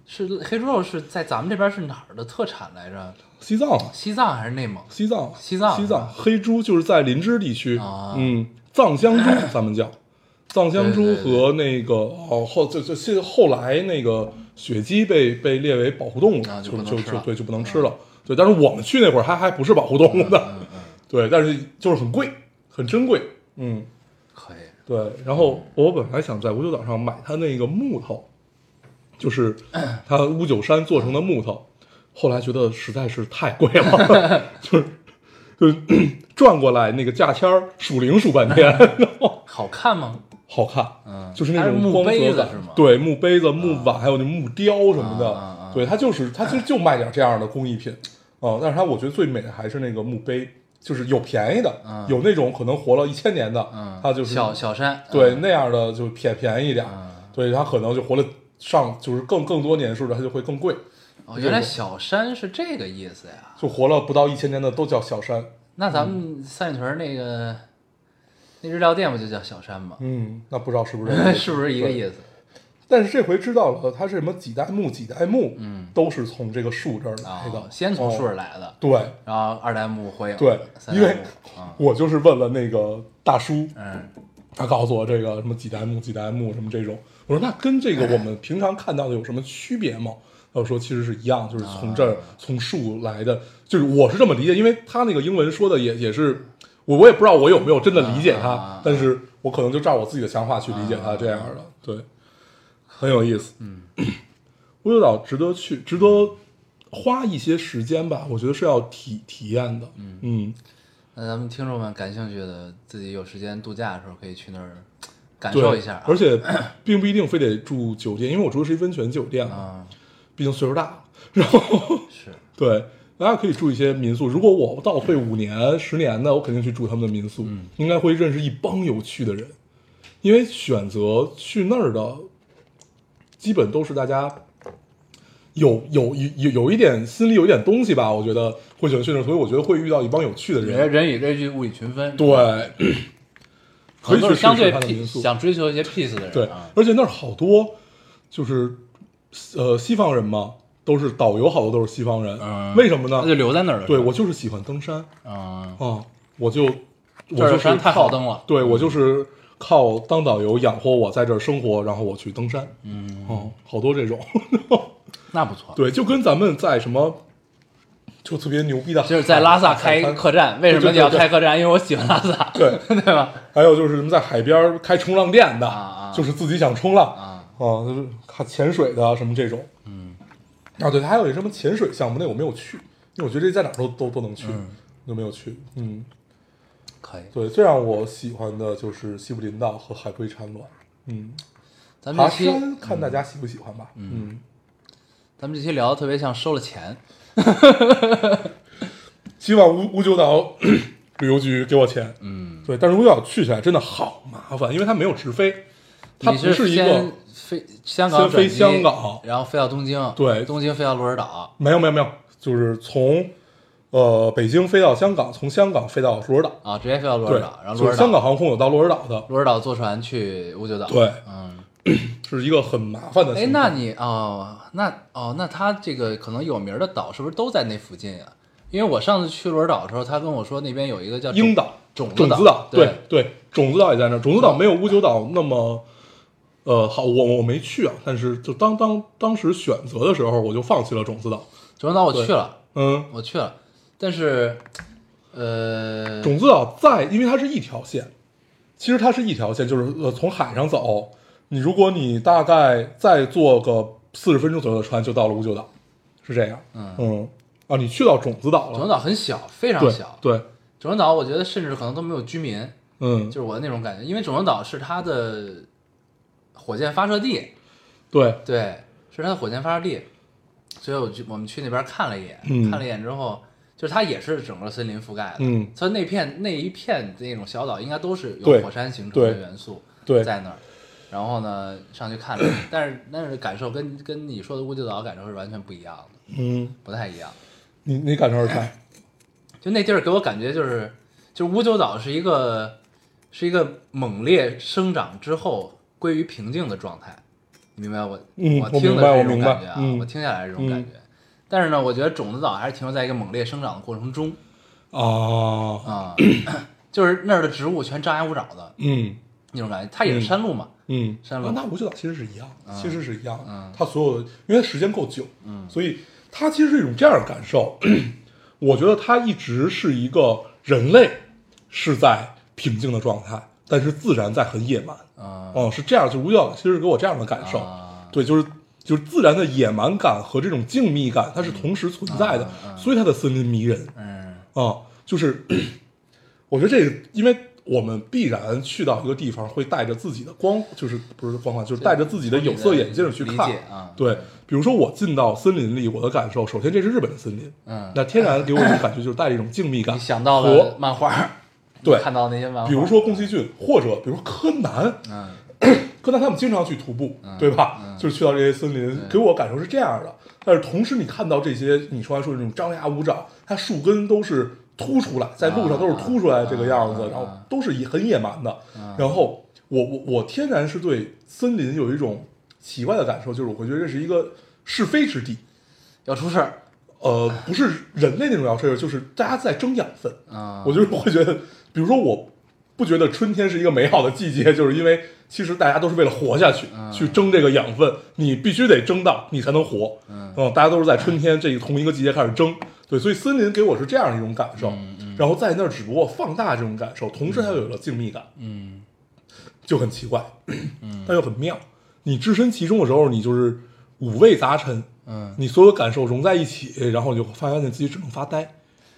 A: 是黑猪肉是在咱们这边是哪儿的特产来着？
B: 西藏啊，
A: 西藏还是内蒙？
B: 西藏，
A: 西藏
B: 西藏，黑猪就是在林芝地区，
A: 啊
B: 嗯，藏 香猪咱们叫，藏香
A: 对
B: 猪
A: 对对
B: 和那个哦后就就现后来那个雪鸡被被列为保护动物，
A: 啊就
B: 就
A: 不能
B: 就
A: 吃了啊
B: 就对就不能吃了，对，但是我们去那会儿还还不是保护动物
A: 嗯
B: 呢， 对，但是就是很贵，很珍贵，嗯，
A: 可以，
B: 对，然后我本来想在五九岛上买它那个木头， 就是它乌九山做成的木头，后来觉得实在是太贵 了，就是就是 咳转过来那个价签儿数零数半 天，然后
A: 好看吗？
B: 好看，
A: 嗯
B: 就是那
A: 它是
B: 种
A: 木
B: 光
A: 杯
B: 泽
A: 子
B: 感
A: 是吗嗯
B: 对，木杯子、木碗，还有那木雕什么的，
A: 啊啊啊
B: 对，它就是它其实就卖点这样的工艺品，啊、但是它我觉得最美的还是那个木杯。就是有便宜的，
A: 嗯
B: 有那种可能活了一千年的，
A: 嗯，
B: 它就是
A: 小小山。嗯
B: 对
A: 啊
B: 那样的就便便宜一点儿，对他可能就活了上就是更更多年数的，他就会更贵，
A: 哦，原来小山是这个意思呀。
B: 就活了不到一千年的都叫小山。
A: 那咱们三里屯那个那日料店不就叫小山吗？
B: 嗯，那不知道是不是这个意思
A: 是不是一个意思？
B: 但是这回知道了，它是什么几代目几代目，嗯，都是从这个树这儿
A: 啊
B: 来的，，
A: 先从树
B: 哦
A: 儿来的，
B: 对
A: 然后二代目辉映，
B: 对，
A: 三
B: 因
A: 代
B: 为
A: 目，啊，
B: 我就是问了那个大叔，
A: 嗯，
B: 他告诉我这个什么几代目、几代目什么这种，我说那跟这个我们平常看到的有什么区别吗？他就说其实是一样，就是从
A: 啊
B: 这儿从树来的，就是我是这么理解，因为他那个英文说的也也是，我我也不知道我有没有真的理解
A: 啊啊
B: 他
A: 啊，
B: 但是我可能就照我自己的想法去理解他这样的，对，很有意思， 嗯，乌九岛值得去，值得花一些时间吧，我觉得是要体体验的，嗯，
A: 那咱们听众们感兴趣的，自己有时间度假的时候可以去那儿感
B: 对
A: 受一下啊。
B: 而且并不一定非得住酒店，因为我住的是一温泉酒店嘛，
A: 啊，
B: 毕竟岁数大了，然后。
A: 是
B: 对，大家可以住一些民宿。如果我倒退五年、十年的，我肯定去住他们的民宿，
A: 嗯
B: 应该会认识一帮有趣的人。因为选择去那儿的，基本都是大家有有有有有一点心里有一点东西吧，我觉得会选择去那儿，所以我觉得会遇到一帮有趣的
C: 人
B: 人。
C: 人以类聚，物以群分。，
B: 对， 可
C: 很
B: 以去
C: 多是
B: 试试
C: 相对
B: 他的
C: peace，
B: 民宿。
C: 想追求一些 peace 的人。
B: 对
C: 啊，，
B: 而且那儿好多就是呃西方人嘛，都是导游，好多都是西方人。
C: 嗯
B: 为什么呢
C: 那？就留在那儿了。
B: 对
C: 是吧
B: 我就是喜欢登山。
C: 嗯，
B: 啊，我就
C: 这
B: 我
C: 儿
B: 就
C: 山
B: 是
C: 太好
B: 靠
C: 登了
B: 对我就是靠当导游养活我在这儿生活，然后我去登山，嗯，哦，好多这种，
C: 那不错。，
B: 对，就跟咱们在什么就特别牛逼的海，
C: 就是在拉萨
B: 海
C: 开
B: 滩
C: 客栈，为什么
B: 啊对对
C: 你要
B: 对
C: 开客栈？因为我喜欢拉萨，
B: 对
C: 对吧？
B: 还有就是什么在海边儿开冲浪店的，
A: 啊啊
B: 就是自己想冲浪
A: 啊，
B: 就是看潜水的啊什么这种，嗯，啊对，还有一什么潜水项目，那我没有去，因为我觉得这在哪儿都都都能去，就没有去，嗯，
A: 可以。
B: 对，最让我喜欢的就是西部林道和海龟产卵，嗯，
A: 咱们
B: 爬
A: 这期，
B: 山看大家喜不喜欢吧，嗯，
A: 咱们这期聊的特别像收了钱，
B: 希望五五九岛 旅游局给我钱，嗯，对，但是五九岛去起来真的好麻烦，因为它没有直飞，它
A: 你
B: 不是一个
A: 先飞香港
B: 先飞
A: 转机
B: 香港
A: 然后飞到东京，
B: 对
A: 东京飞到鹿儿岛，
B: 没有没有没有，就是从呃北京飞到香港，从香港飞到鹿儿岛，
A: 啊，直接飞到鹿
B: 对
A: 儿岛，，然后
B: 就
A: 鹿
B: 是
A: 儿
B: 香
A: 岛，
B: 港航空有到鹿儿岛的，
A: 鹿儿岛坐船去五九岛，
B: 对
A: 嗯，
B: 是一个很麻烦的
A: 哎，
B: 情况。
A: 那你哦，那哦，那他这个可能有名儿的岛是不是都在那附近呀？因为我上次去鹿儿岛的时候，他跟我说那边有一个叫
B: 樱
A: 种
B: 岛、
A: 种子
B: 种
A: 岛
B: 子岛，
A: 对
B: 对，种子岛也在那儿。种子岛没有乌九岛那么，呃，好，我我没去啊，但是就当当当时选择的时候，我就放弃了种子岛。
A: 种子岛，我
B: 对
A: 去了，
B: 嗯，
A: 我去了，但是呃，
B: 种子岛在，因为它是一条线，其实它是一条线，就是呃从海上走，你如果你大概再坐个四十分钟左右的船，就到了乌九岛，是这样。嗯啊，你去到种子岛了，
A: 种子岛很小，非常
B: 对
A: 小，
B: 对，
A: 种子岛我觉得甚至可能都没有居民，
B: 嗯，
A: 就是我的那种感觉，因为种子岛是它的火箭发射地，
B: 对，
A: 对，是它的火箭发射地，所以我去我们去那边看了一眼，
B: 嗯
A: 看了一眼之后，就是它也是整个森林覆盖的，
B: 嗯
A: 所以那片那一片那种小岛应该都是有
B: 对
A: 火山形成的
B: 对
A: 元素
B: 对
A: 在那儿。然后呢，上去看了一眼，但是但是感受跟跟你说的乌九岛感受是完全不一样的，
B: 嗯，
A: 不太一样。
B: 你你感受是啥？
A: 就那地儿给我感觉就是，就是乌九岛是一个是一个猛烈生长之后归于平静的状态，你明白我、
B: 嗯
A: 我
B: 我
A: 听
B: 明白
A: 的这
B: 我
A: 种
B: 明
A: 感
B: 白
A: 觉啊，
B: 嗯
A: 我听下来这种感觉。但是呢，我觉得种子岛还是停留在一个猛烈生长的过程中
B: 啊，
A: 啊、就是那儿的植物全张牙舞爪的
B: 嗯。
A: 那种感觉，它也是山路嘛，
B: 嗯，
A: 山路嗯
B: 啊那五九岛其实是一样，其实是一样的。它所有的，因为它时间够久，嗯，所以它其实是一种这样的感受。 我觉得它一直是一个人类是在平静的状态，但是自然在很野蛮。
A: 嗯
B: 哦、是这样，就五九岛其实给我这样的感受。
A: 啊
B: 对，就是就是自然的野蛮感和这种静谧感，它是同时存在的，所以它的森林迷人。
A: 啊嗯
B: 啊、就是 我觉得这个，因为我们必然去到一个地方，会带着自己的光，就是不是光环，就是带着自己的有色眼镜去
A: 理
B: 看
A: 解。啊，
B: 对，比如说我进到森林里，我的感受，首先这是日本的森林，
A: 嗯，
B: 那天然给我一种感觉就是带着一种静谧感。
A: 你想到
B: 和
A: 了漫画儿，
B: 对
A: 看到那些漫画，
B: 比如说宫崎骏，或者比如说柯南，
A: 嗯
B: 柯南他们经常去徒步，对吧？就是去到这些森林，给我感受是这样的。但是同时，你看到这些你说来说的这种张牙舞爪，它树根都是凸出来，在路上都是凸出来这个样子，
A: 啊啊啊
B: 然后都是野很野蛮的。然后我我我天然是对森林有一种奇怪的感受，就是我会觉得这是一个是非之地。
A: 要出事儿，
B: 呃，不是人类那种要事儿，就是大家在争养分。
A: 嗯，
B: 我就是会觉得，比如说我不觉得春天是一个美好的季节，就是因为其实大家都是为了活下去，去争这个养分，你必须得争到，你才能活。嗯，大家都是在春天这个同一个季节开始争，对，所以森林给我是这样一种感受，然后在那儿只不过放大这种感受，同时它又有了静谧感，嗯，就很奇怪，
A: 嗯
B: 但又很妙。你置身其中的时候，你就是五味杂陈，
A: 嗯，
B: 你所有感受融在一起，然后你就发现自己只能发呆，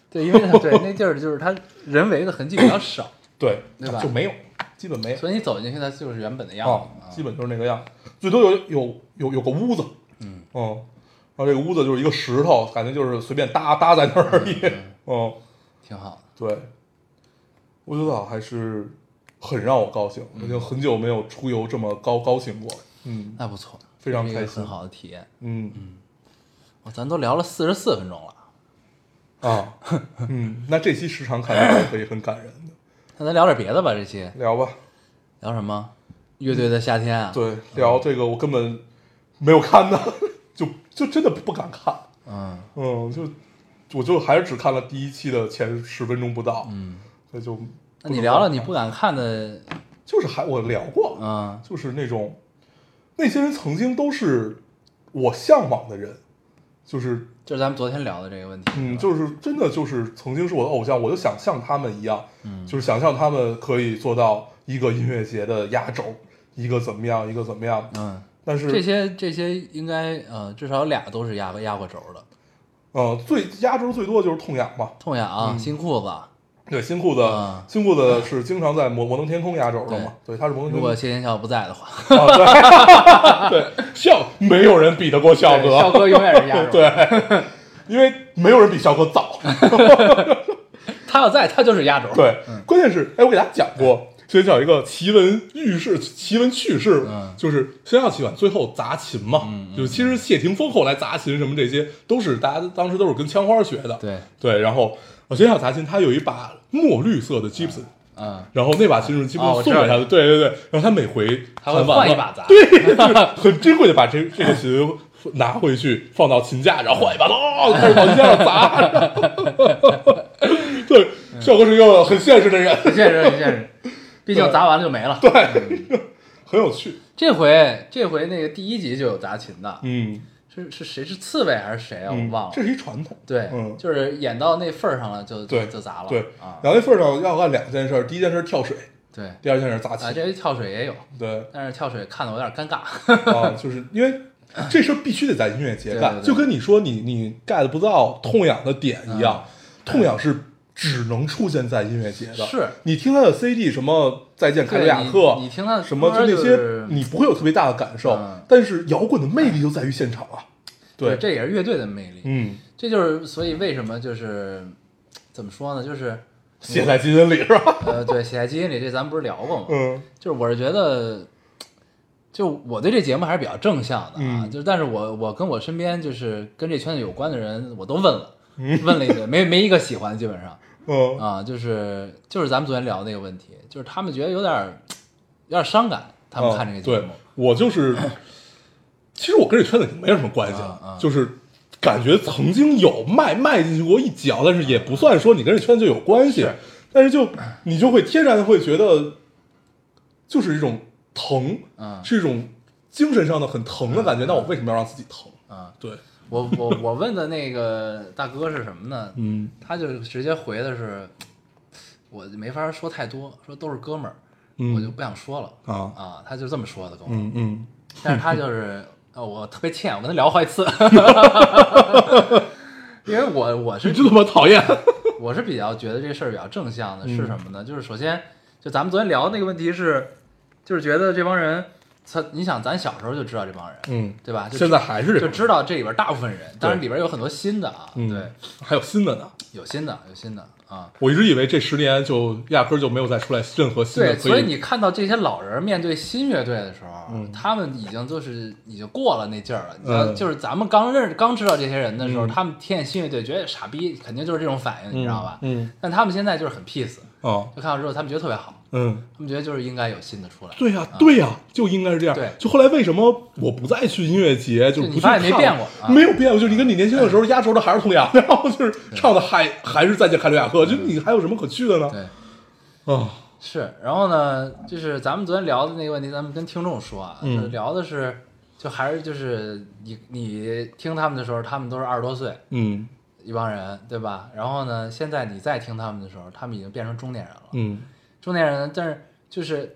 A: 对，因为它对那地儿就是它人为的痕迹比较 少，
B: 对，
A: 对吧
B: 就没有，基本没有。
A: 所以你走进去它就是原本的样
B: 啊，
A: 子。
B: 基本就是那个样，最多有有有有个屋子，嗯然后这个屋子就是一个石头，感觉就是随便搭搭在那儿而已， 嗯，
A: 挺好的。
B: 对，乌九岛还是很让我高兴，
A: 嗯
B: 已经很久没有出游这么高高兴过，嗯，
A: 那不错，
B: 非常
A: 这是一个
B: 开心
A: 很好的体验。
B: 嗯
A: 哇，咱都聊了四十四分钟了，
B: 啊，嗯，那这期时长看来可以很感人的，
A: 那咱聊点别的吧。这期
B: 聊吧，
A: 聊什么？乐队的夏天啊。，
B: 对，聊这个我根本没有看的，就就真的不敢看，
A: 嗯，
B: 嗯，就我就还是只看了第一期的前十分钟不到，嗯，所以就
A: 那你聊聊你不敢看的，
B: 就是还我聊过，
A: 嗯
B: 就是那种那些人曾经都是我向往的人，就是
A: 就是咱们昨天聊的这个问题。
B: 嗯，就是真的就是曾经是我的偶像，我就想像他们一样，嗯，就是想象他们可以做到一个音乐节的压轴，一个怎么样，一个怎么样，
A: 嗯，
B: 但是
A: 这些这些应该呃至少有俩都是压过压过轴的。
B: 呃，最压轴最多的就是痛痒嘛，
A: 痛痒、
B: 嗯
A: 啊新裤子，
B: 对，新裤子，
A: 啊
B: 新裤子是经常在摩摩登天空压轴的嘛，对，他是摩登
A: 如
B: 天空
A: 果谢天笑不在的话，
B: 啊，对对，笑没有人比得过 笑哥，
A: 笑哥永远是压轴。，
B: 对，因为没有人比笑哥早。
A: 嗯他要在，他就是压轴。
B: 对，关键是，哎，我给大家讲
A: 嗯
B: 过，之前讲一个奇闻异事、奇闻趣事，
A: 嗯
B: 就是先要起晚最后砸琴嘛，就是其实谢霆锋后来砸琴什么这些，都是大家当时都是跟枪花学的，
A: 对，
B: 对，然后我先要砸琴，他有一把墨绿色的 Gibson。
A: 嗯，
B: 然后那把琴是基本
A: 哦我
B: 上
A: 知
B: 送
A: 道
B: 给他的，对对对。然后他每回
A: 他会
B: 弹完
A: 换一
B: 了
A: 把砸
B: 对， 就是很珍贵的把这这个琴拿回去放到琴架，然后换一把，哦，开始往琴架上砸。 对，笑哥是一个很现实的 人，
A: 很现实，很现实。毕竟砸完了就没了。对，
B: 很有趣。
A: 这回这回那个第一集就有砸琴的，
B: 嗯，
A: 是是谁是刺猬还是谁啊？我
B: 嗯
A: 忘了
B: 这。是一传统。
A: 对，
B: 嗯
A: 就是演到那份儿上了就
B: 对，
A: 就砸了。
B: 对，
A: 啊，
B: 然后那份儿上要干两件事儿，第一件事儿跳水，
A: 对啊，
B: 第二件事儿砸
A: 这
B: 琴。
A: 回跳水也有，
B: 对，
A: 但是跳水看的我有点尴尬。
B: 啊，就是因为这事儿必须得在音乐节
A: 对
B: 干，
A: 对对
B: 就跟你说你你 get 不到痛痒的点一
A: 嗯
B: 样，痛痒是只能出现在音乐节的。
A: 是
B: 你听他的 CD 什么再见凯迪亚克
A: 对，你你听他的
B: 什么
A: 歌
B: 就那
A: 就
B: 些
A: 是，
B: 你不会有特别大的感受
A: 嗯，
B: 但是摇滚的魅力就在于现场啊。对，
A: 这也是乐队的魅力。
B: 嗯，
A: 这就是所以为什么就是怎么说呢？就是
B: 写在基因里是吧？
A: 呃，对，写在基因里这咱们不是聊过吗？
B: 嗯
A: 就是我是觉得，就我对这节目还是比较正向的啊。
B: 嗯
A: 就是但是我我跟我身边就是跟这圈子有关的人，我都问了，问了一堆， 没没一个喜欢，基本上
B: 嗯
A: 啊，就是就是咱们昨天聊的那个问题，就是他们觉得有点儿有点儿伤感，他们看这个节
B: 嗯
A: 目
B: 对，我就是，其实我跟这圈子已经没有什么关系
A: 嗯
B: 了，就是感觉曾经有迈迈进去过一脚，但是也不算说你跟这圈子就有关系，但是就你就会天然会觉得，就是一种疼，
A: 嗯
B: 是一种精神上的很疼的感觉。那我为什么要让自己疼？
A: 啊。
B: 对，
A: 我我我问的那个大哥是什么呢？
B: 嗯，
A: 他就直接回的是，我没法说太多，说都是哥们儿，
B: 嗯
A: 我就不想说了
B: 啊
A: 啊，他就这么说的跟我。
B: 嗯嗯，
A: 但是他就是，呃，我特别欠，我跟他聊好几次， 因为我我
B: 你
A: 是
B: 真他妈讨厌，
A: 我是比较觉得这事儿比较正向的，是什么
B: 嗯
A: 呢？就是首先，就咱们昨天聊的那个问题是，就是觉得这帮人，他你想咱小时候就知道这帮人，
B: 嗯，
A: 对啊吧？就
B: 现在还是这
A: 就
B: 种
A: 知道这里边大部分人，当然里边有很多新的啊，
B: 嗯
A: 对，
B: 还有新的呢。
A: 有新的有新的啊，
B: 我一直以为这十年就压根儿就没有再出来任何新的
A: 对，
B: 可，
A: 所以你看到这些老人面对新乐队的时候，他们已经就是已经过了那劲儿了。你知道
B: 嗯
A: 就是咱们刚认识、刚知道这些人的时候，
B: 嗯
A: 他们听见新乐队觉得傻逼，肯定就是这种反应，你知道吧？
B: 嗯
A: 但他们现在就是很 peace，
B: 啊，
A: 就看到之后他们觉得特别好，
B: 嗯。
A: 他们觉得就是应该有新的出来。
B: 对呀、啊对呀、就应该是这样。
A: 对
B: 就后来为什么我不再去音乐节，就
A: 对
B: 是不
A: 你
B: 去
A: 发
B: 唱
A: 现没
B: 了？
A: 变过啊
B: 没有变过。就是你跟你年轻的时候压轴的还是同样，然后就是唱的还还是再见凯鲁亚克，就你还有什么可去的呢？
A: 对，
B: 啊，
A: 是，然后呢，就是咱们昨天聊的那个问题，咱们跟听众说啊，
B: 嗯
A: 就是聊的是，就还是就是你你听他们的时候，他们都是二十多岁
B: 嗯
A: 一帮人，对吧？然后呢，现在你再听他们的时候，他们已经变成中年人了。
B: 嗯
A: 中年人，但是就是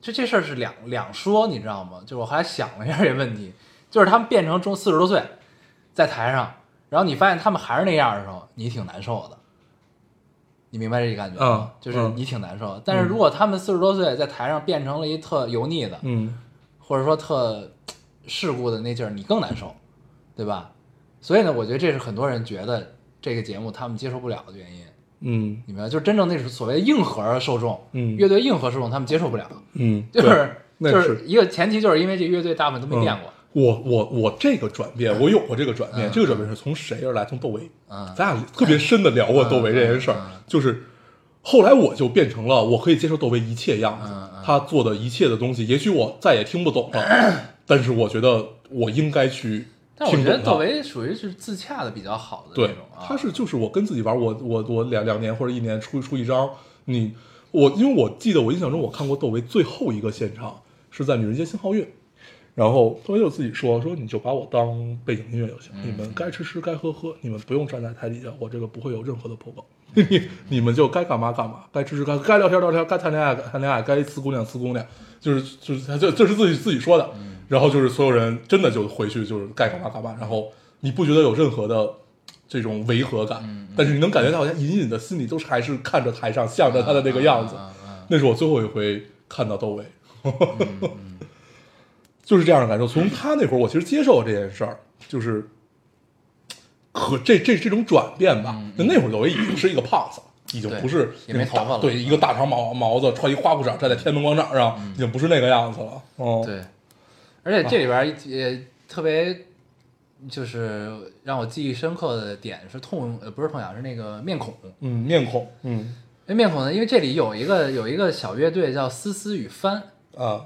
A: 这这事儿是两两说，你知道吗？就是我还想了一下这问题，就是他们变成中四十多岁，在台上，然后你发现他们还是那样的时候，你挺难受的。你明白这感觉吗？
B: 嗯
A: 就是你挺难受的。但是如果他们四十多岁在台上变成了一特油腻的，
B: 嗯
A: 或者说特世故的那劲儿，你更难受，对吧？所以呢，我觉得这是很多人觉得这个节目他们接受不了的原因。
B: 嗯
A: 你明白？就是真正那是所谓的硬核受众，
B: 嗯
A: 乐队硬核受众他们接受不了，
B: 嗯，
A: 就
B: 对
A: 是
B: 那嗯
A: 就是一个前提，就是因为这乐队大部分都没见过，
B: 我我我这个转变，我有过这个转变，这个转变是从谁而来？从窦唯，
A: 嗯
B: 咱俩特别深的聊过窦唯这件事儿，就是后来我就变成了我可以接受窦唯一切样子，
A: 嗯
B: 他做的一切的东西，也许我再也听不懂 了，但是我觉得我应该去
A: 但我
B: 听
A: 觉得
B: 懂
A: 窦
B: 他。
A: 唯属于是自洽的比较好的那
B: 对
A: 种啊，，
B: 他是就是我跟自己玩，我我我两两年或者一年出出一张，你我因为我记得我印象中我看过窦唯最后一个现场是在女人街新皓月，然后窦唯就自己说说你就把我当背景音乐就行，
A: 嗯
B: 你们该吃吃该喝喝，你们不用站在台底下，我这个不会有任何的破梗， 你你们就该干嘛干嘛，该吃吃该该聊天聊天，该谈恋爱谈恋爱，该撕姑娘撕姑娘，就是就是他这这是自己自己说的，然后就是所有人真的就回去就是该干嘛干嘛，然后你不觉得有任何的。这种违和感，但是你能感觉到，好像隐隐的心里都是还是看着台上，向着他的那个样子。那是我最后一回看到窦唯， 就是这样的感受。从他那会儿，我其实接受了这件事儿，就是可这这这种转变吧。那那会儿窦唯已经是一个胖子了，已经
A: 嗯对
B: 不是
A: 也没头发了
B: 对，一个大长毛毛子，穿一花裤衩站在天安门广场上，已经不是那个样子了。哦，，
A: 嗯对，而且这里边儿也特别就是让我记忆深刻的点是痛呃不是痛痒是那个面孔，
B: 嗯，面孔，嗯
A: 那面孔呢，因为这里有一个有一个小乐队叫思思与帆，
B: 啊，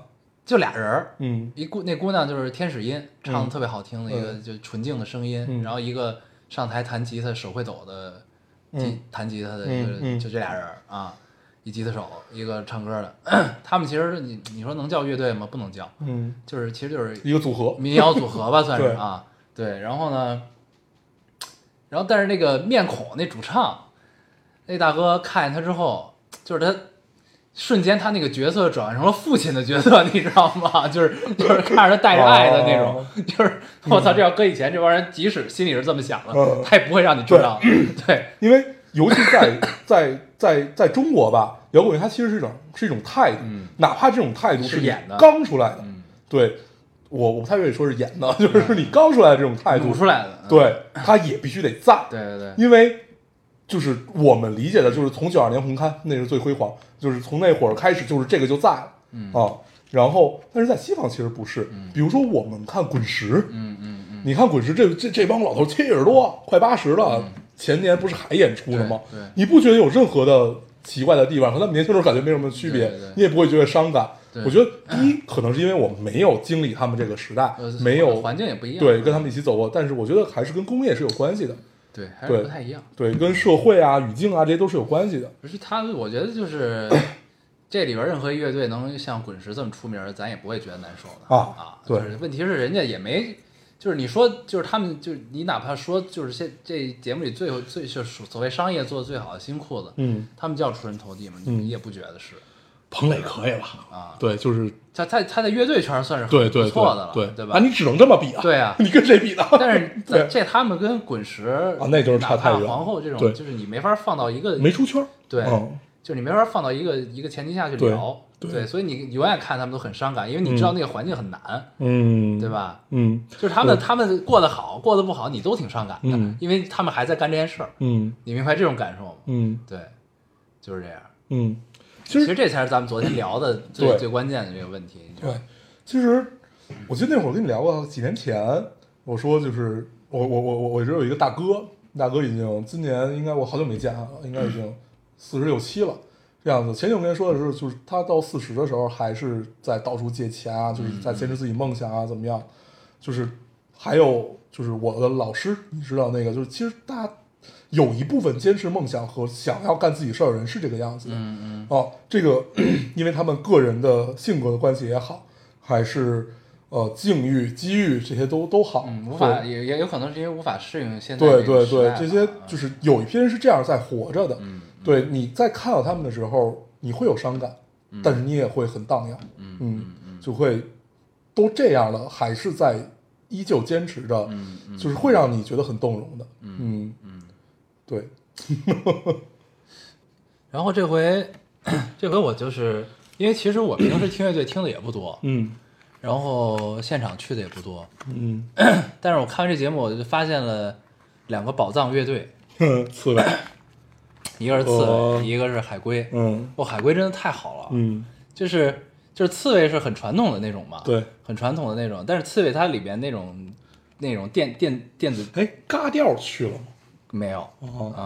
A: 就俩人儿，
B: 嗯
A: 一姑那姑娘就是天使音，唱的特别好听的一个，
B: 嗯
A: 就纯净的声音，
B: 嗯
A: 然后一个上台弹吉他手会抖的吉、
B: 嗯
A: 弹吉他的一个，
B: 嗯嗯
A: 就这俩人儿啊，一吉他手，一个唱歌的， 他们其实你你说能叫乐队吗？不能叫，
B: 嗯，
A: 就是其实就是
B: 一个组合，
A: 民谣组合吧，算是
B: 对
A: 啊，对，然后呢，然后但是那个面孔那主唱，那大哥看见他之后，就是他瞬间他那个角色转换成了父亲的角色， 你知道吗？就是就是看着他带着爱的那
B: 哦
A: 种，就是我操，这要搁以前这帮人，即使心里是这么想的，
B: 嗯
A: 他也不会让你知道，对，
B: 因为尤其在在在在中国吧，摇滚乐它其实是一种是一种态度，哪怕这种态度
A: 嗯是
B: 你
A: 演的嗯
B: 刚出来的，对我我不太愿意说是演的， 就是你刚出来的这种态度
A: 鼓出，来的，嗯
B: 对，它也必须得在，
A: 对对对，
B: 因为就是我们理解的，就是从九二年红磡那是最辉煌，就是从那会儿开始，就是这个就在了，
A: 嗯
B: 啊，然后但是在西方其实不是，比如说我们看滚石，嗯嗯嗯，你看滚石这这这帮老头七十多，快八十了，前年不是还演出呢吗？
A: 嗯对对
B: 你不觉得有任何的奇怪的地方和他们年轻时候感觉没什么区别，
A: 对对对
B: 你也不会觉得伤感。
A: 对
B: 我觉得第一可能是因为我没有经历他们这个时代
A: 呃，
B: 没有
A: 环境也不一样，
B: 对跟他们一起走过，但是我觉得还是跟工业是有关系的。
A: 对还是
B: 对
A: 不太一样。
B: 对，跟社会啊、语境啊这些都是有关系的。
A: 不是他，我觉得就是这里边任何一乐队能像滚石这么出名儿，咱也不会觉得难受的
B: 啊对
A: 就是问题是人家也没，就是你说就是他们就是你哪怕说就是这这节目里最有最就是所谓商业做的最好的新裤子，
B: 嗯，
A: 他们叫出人头地吗？你
B: 嗯
A: 你也不觉得是
B: 彭磊可以了，
A: 啊？
B: 对，就是
A: 他他他在乐队圈算是很
B: 对对
A: 不
B: 对
A: 错的了，
B: 对
A: 对吧
B: 啊，？你只能这么比啊，
A: 对啊
B: 你跟谁比呢？
A: 但是咱
B: 对
A: 这他们跟滚石啊
B: 那就是差太远
A: 皇后这种
B: 对
A: 就是你没法放到一个
B: 没出圈儿，
A: 对
B: 嗯
A: 就是你没法放到一个一个前提下去
B: 对
A: 聊，对
B: 对
A: 所以你永远看他们都很伤感，因为你知道那个环境很难，
B: 嗯，
A: 对？吧？
B: 嗯
A: 就是他们
B: 对
A: 他们过得好，过得不好，你都挺伤感的，
B: 嗯
A: 因为他们还在干这件事儿，
B: 嗯
A: 你明白这种感受吗？
B: 嗯
A: 对，就是这样。
B: 嗯，其
A: 其
B: 实
A: 实这才是咱们昨天聊的最
B: 对
A: 最关键的这个问题。你知道
B: 对
A: 吗，
B: 其实我记得那会儿跟你聊过，几年前我说就是我我我我我这有一个大哥，大哥已经今年应该我好久没见他了，应该已经四十六七了。这样子，前几天我跟他说的是，就是他到四十的时候还是在到处借钱
A: 嗯
B: 啊，就是在坚持自己梦想啊，怎么样？就是还有就是我的老师，你知道那个，就是其实大家有一部分坚持梦想和想要干自己事儿的人是这个样子的。嗯嗯。哦，这个 因为他们个人的性格的关系也好，还是呃境遇、机遇这些都都好，
A: 嗯，无法
B: 对
A: 也也有可能是因为无法适应现在
B: 对
A: 个
B: 对
A: 时代
B: 对
A: 吧，
B: 这些
D: 啊
A: 嗯
B: 就是有一批人是这样在活着的。嗯，对，你在看到他们的时候，你会有伤感，但是你也会很荡漾。嗯就会都这样了，还是在依旧坚持着，就是会让你觉得很动容的。嗯嗯，对，
A: 然后这回 这回我就是因为其实我平时听乐队听的也不多，
B: 嗯
A: 然后现场去的也不多，
B: 嗯，
A: 但是我看完这节目，我就发现了两个宝藏乐队，
B: 嗯刺猬，
A: 一个是刺猬，
B: 哦
A: 一个是海龟。
B: 嗯
A: 哇、哦海龟真的太好了，
B: 嗯
A: 就是就是刺猬是很传统的那种嘛，
B: 对，
A: 很传统的那种，但是刺猬它里边那种那种电电电子
B: 哎，嘎调去了吗？
A: 没有
B: 哦
A: 啊、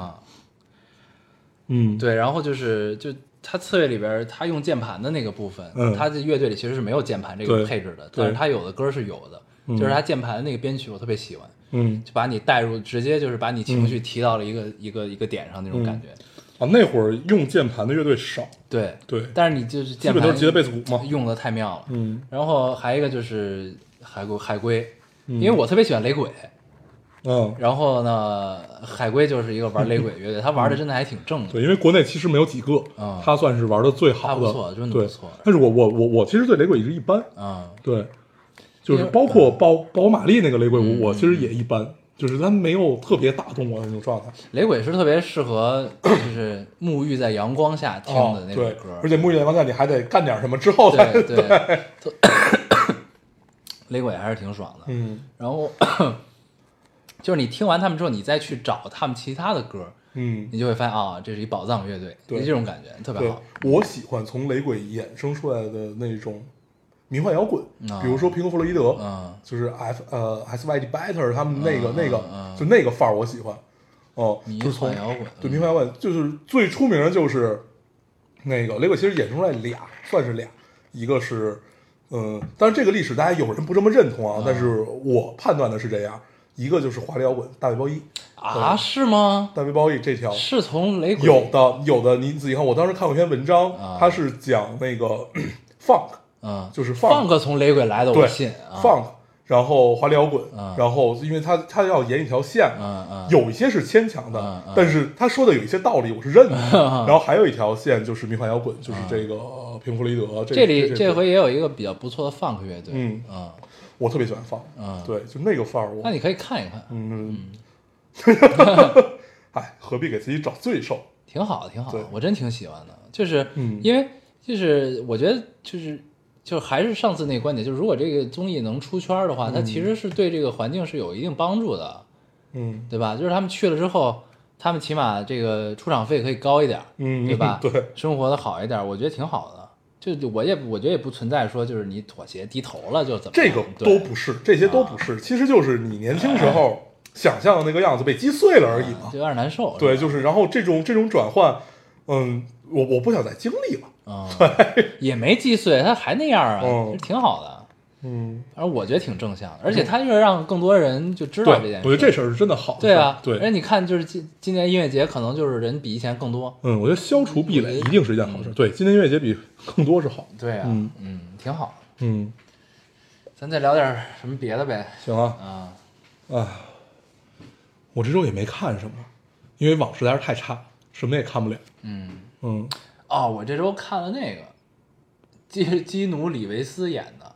B: 嗯，
A: 对，然后就是就它刺猬里边儿它用键盘的那个部分，
B: 嗯
A: 它的乐队里其实是没有键盘这个
B: 对
A: 配置的，
B: 对
A: 但是它有的歌是有的，就是它键盘的那个编曲我特别喜欢，
B: 嗯
A: 就把你带入，直接就是把你情绪提到了一个、一个一个点上那种感觉。
B: 啊，那会儿用键盘的乐队少，
A: 对
B: 对
A: 但是你就是键
B: 基本
A: 盘
B: 都是吉他贝斯鼓嘛
A: 用的太妙了。
B: 嗯
A: 然后还有一个就是海龟海龟，因为我特别喜欢雷鬼，
B: 嗯，
A: 然后呢海龟就是一个玩雷鬼乐队，他玩的真的还挺正的。
B: 对，因为国内其实没有几个，
A: 嗯
B: 他算是玩的最好
A: 他
B: 的，
A: 不错真的
B: 对
A: 不错
B: 但是我我我我其实对雷鬼也是一般，
A: 嗯，
B: 对，就是
A: 因为
B: 包括包包玛丽那个雷鬼
A: 嗯
B: 舞，我其实也一般，就是他没有特别打动我的那种状态。
A: 雷鬼是特别适合 就是沐浴在阳光下听的那种
B: 啊哦对
A: 歌，，
B: 而且沐浴在阳光下，你还得干点什么之后才
A: 对 对，特 雷鬼还是挺爽的。
B: 嗯
A: 然后 就是你听完他们之后，你再去找他们其他的歌，
B: 嗯，
A: 你就会发现啊，这是一宝藏乐队，
B: 对
A: 就这种感觉特别
B: 对
A: 好。，
B: 我喜欢从雷鬼衍生出来的那种迷幻摇滚，
A: 啊
B: 比如说平克·弗洛伊德，
A: 嗯
B: 就是 F 呃 S Y D Better 他们那个、那个、
A: 嗯
B: 就那个范儿我喜欢。哦、
A: 迷
B: 就是从
A: 幻摇滚
B: 对迷幻摇滚就是最出名的就是那个雷鬼，其实衍生出来俩，算是俩，一个是嗯，但是这个历史大家有人不这么认同啊，但是
A: 嗯
B: 我判断的是这样，一个就是华丽摇滚大卫包衣，
A: 啊，是吗？
B: 大卫包衣这条
A: 是从雷鬼
B: 有的有的，你仔细看，我当时看过一篇文章，
A: 啊
B: 它是讲那个 funk，
A: 嗯，
B: 就是
A: 放个从雷鬼来的，
B: 对
A: 我信啊。
B: funk，然后华丽摇滚
A: 啊，
B: 然后因为它它要沿一条线嘛，
A: 嗯嗯，
B: 有一些是牵强
A: 嗯
B: 的
A: 嗯，
B: 但是他说的有一些道理，我是认 的。然后还有一条线就是迷幻摇滚，就是这个呃平弗雷德。
A: 啊这里
B: 这
A: 这回也有一个比较不错的 funk 乐队，
B: 嗯
A: 嗯，
B: 我特别喜欢放
A: 嗯，
B: 对，就那个范儿我
A: 那，你可以看一看，
B: 嗯，哎，何必给自己找罪受？
A: 挺好，挺好
B: 对，
A: 我真挺喜欢的。就是
B: 嗯
A: 因为就是我觉得就是就是还是上次那个观点，就是如果这个综艺能出圈的话，它其实是对这个环境是有一定帮助的，
B: 嗯
A: 对吧？就是他们去了之后，他们起码这个出场费可以高一点，
B: 嗯，
A: 对吧？
B: 对，
A: 生活的好一点，我觉得挺好的。就我也我觉得也不存在说就是你妥协低头了就怎么
B: 这
A: 样
B: 个
A: 啊对啊哎
B: 都不是，这些都不是，其实就是你年轻时候想象的那个样子被击碎了而已嘛
A: 就。有点难受，
B: 对，
A: 是
B: 就是然后这种这种转换，嗯，我我不想再经历了。
A: 吧，嗯，也没击碎，他还那样啊，
B: 嗯
A: 其实挺好的。
B: 嗯，
A: 而我觉得挺正向的，而且他就是让更多人就知
B: 对
A: 道这件，事。
B: 我觉得这事儿是真的好的事儿。
A: 对啊，
B: 对，
A: 而且你看，就是今今年音乐节可能就是人比以前更多。
B: 嗯，我觉得消除壁垒一定是一件好事。对，今年音乐节比 更多是好。
A: 对啊，
B: 嗯
A: 挺好。
B: 嗯，
A: 咱再聊点什么别的呗？
B: 行啊，
A: 啊，
B: 我这周也没看什么，因为网实在是太差，什么也看不了。
A: 嗯，
B: 嗯，
A: 哦，我这周看了那个基基努里维斯演的，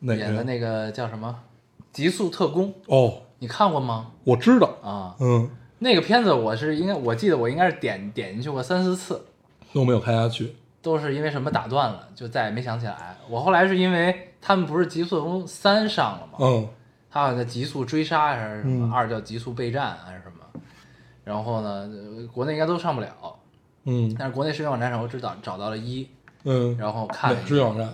B: 哪
A: 演
B: 个
A: 的那个叫什么《极速特工》，
B: 哦，
A: 你看过吗？
B: 我知道。
A: 啊，
B: 嗯，
A: 那个片子我是应该，我记得我应该是点点进去过三四次，
B: 那我没有看下去。
A: 都是因为什么打断了，就再也没想起来。我后来是因为他们不是《极速特工三》上了吗？
B: 嗯
A: 他好像叫《极速追杀》还是什么，
B: 嗯
A: 二叫《极速备战》还是什么。然后呢，呃国内应该都上不了，
B: 嗯
A: 但是国内视频网站上我只找找到了一，
B: 嗯，
A: 然后看
B: 哪
A: 了
B: 个
A: 一
B: 是
A: 下
B: 网站？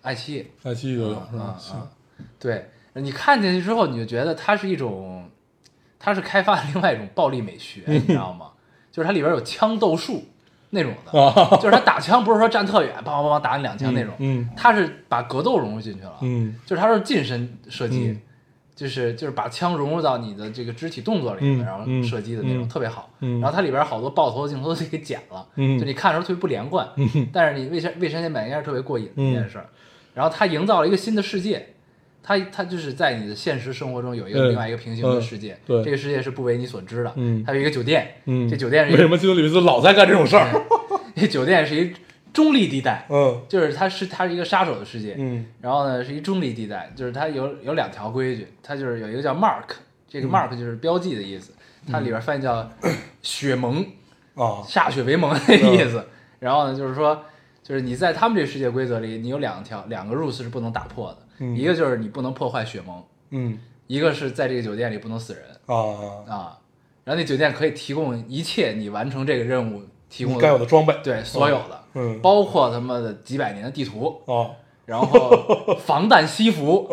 A: 爱奇艺，
B: 爱奇艺就有
A: 啊
B: 是
A: 啊
B: 吧？
A: 啊
B: 行，！
A: 对你看进去之后，你就觉得它是一种，它是开发了另外一种暴力美 学，你知道吗？就是它里边有枪斗术那种的，
B: 啊
A: 就是他打枪不是说站特远，梆梆梆打你两枪那种，
B: 哦嗯嗯
A: 他是把格斗融入进去了，
B: 嗯
A: 就是他是近身射击，
B: 嗯
A: 就是就是把枪融入到你的这个肢体动作里面，
B: 嗯
A: 然后
B: 嗯
A: 射击的那种、
B: 嗯
A: 特别好。
B: 嗯
A: 然后它里边好多爆头的镜头都给剪了，
B: 嗯
A: 就你看的时候特别不连贯。
B: 嗯
A: 但是你未山未山田满应该是特别过瘾的
B: 嗯
A: 一件事儿。然后他营造了一个新的世界，他他就是在你的现实生活中有一个
B: 嗯
A: 另外一个平行的
B: 嗯
A: 世界，
B: 对
A: 这个世界是不为你所知的。
B: 嗯
A: 还有一个酒店，
B: 嗯
A: 这酒店是
B: 为
A: 一个
B: 什么基努里维斯老在干这种事儿？
A: 这酒店是一中立地带，
B: 嗯
A: 就是它是它是一个杀手的世界，
B: 嗯
A: 然后呢是一中立地带，就是它有有两条规矩，它就是有一个叫 mark，这
B: 嗯
A: 个 mark 就是标记的意思，它里边翻译叫血盟，
B: 啊，
A: 歃血为盟的意思。然后呢，就是说，就是你在他们这世界规则里，你有两条两个 rules 是不能打破的，
B: 嗯
A: 一个就是你不能破坏血盟，
B: 嗯
A: 一个是在这个酒店里不能死人
B: 啊，
A: 啊。然后那酒店可以提供一切你完成这个任务提供
B: 你该有的装备，
A: 对所有的，
B: 嗯
A: 包括他妈的几百年的地图，
B: 啊，
A: 然 后防弹西服，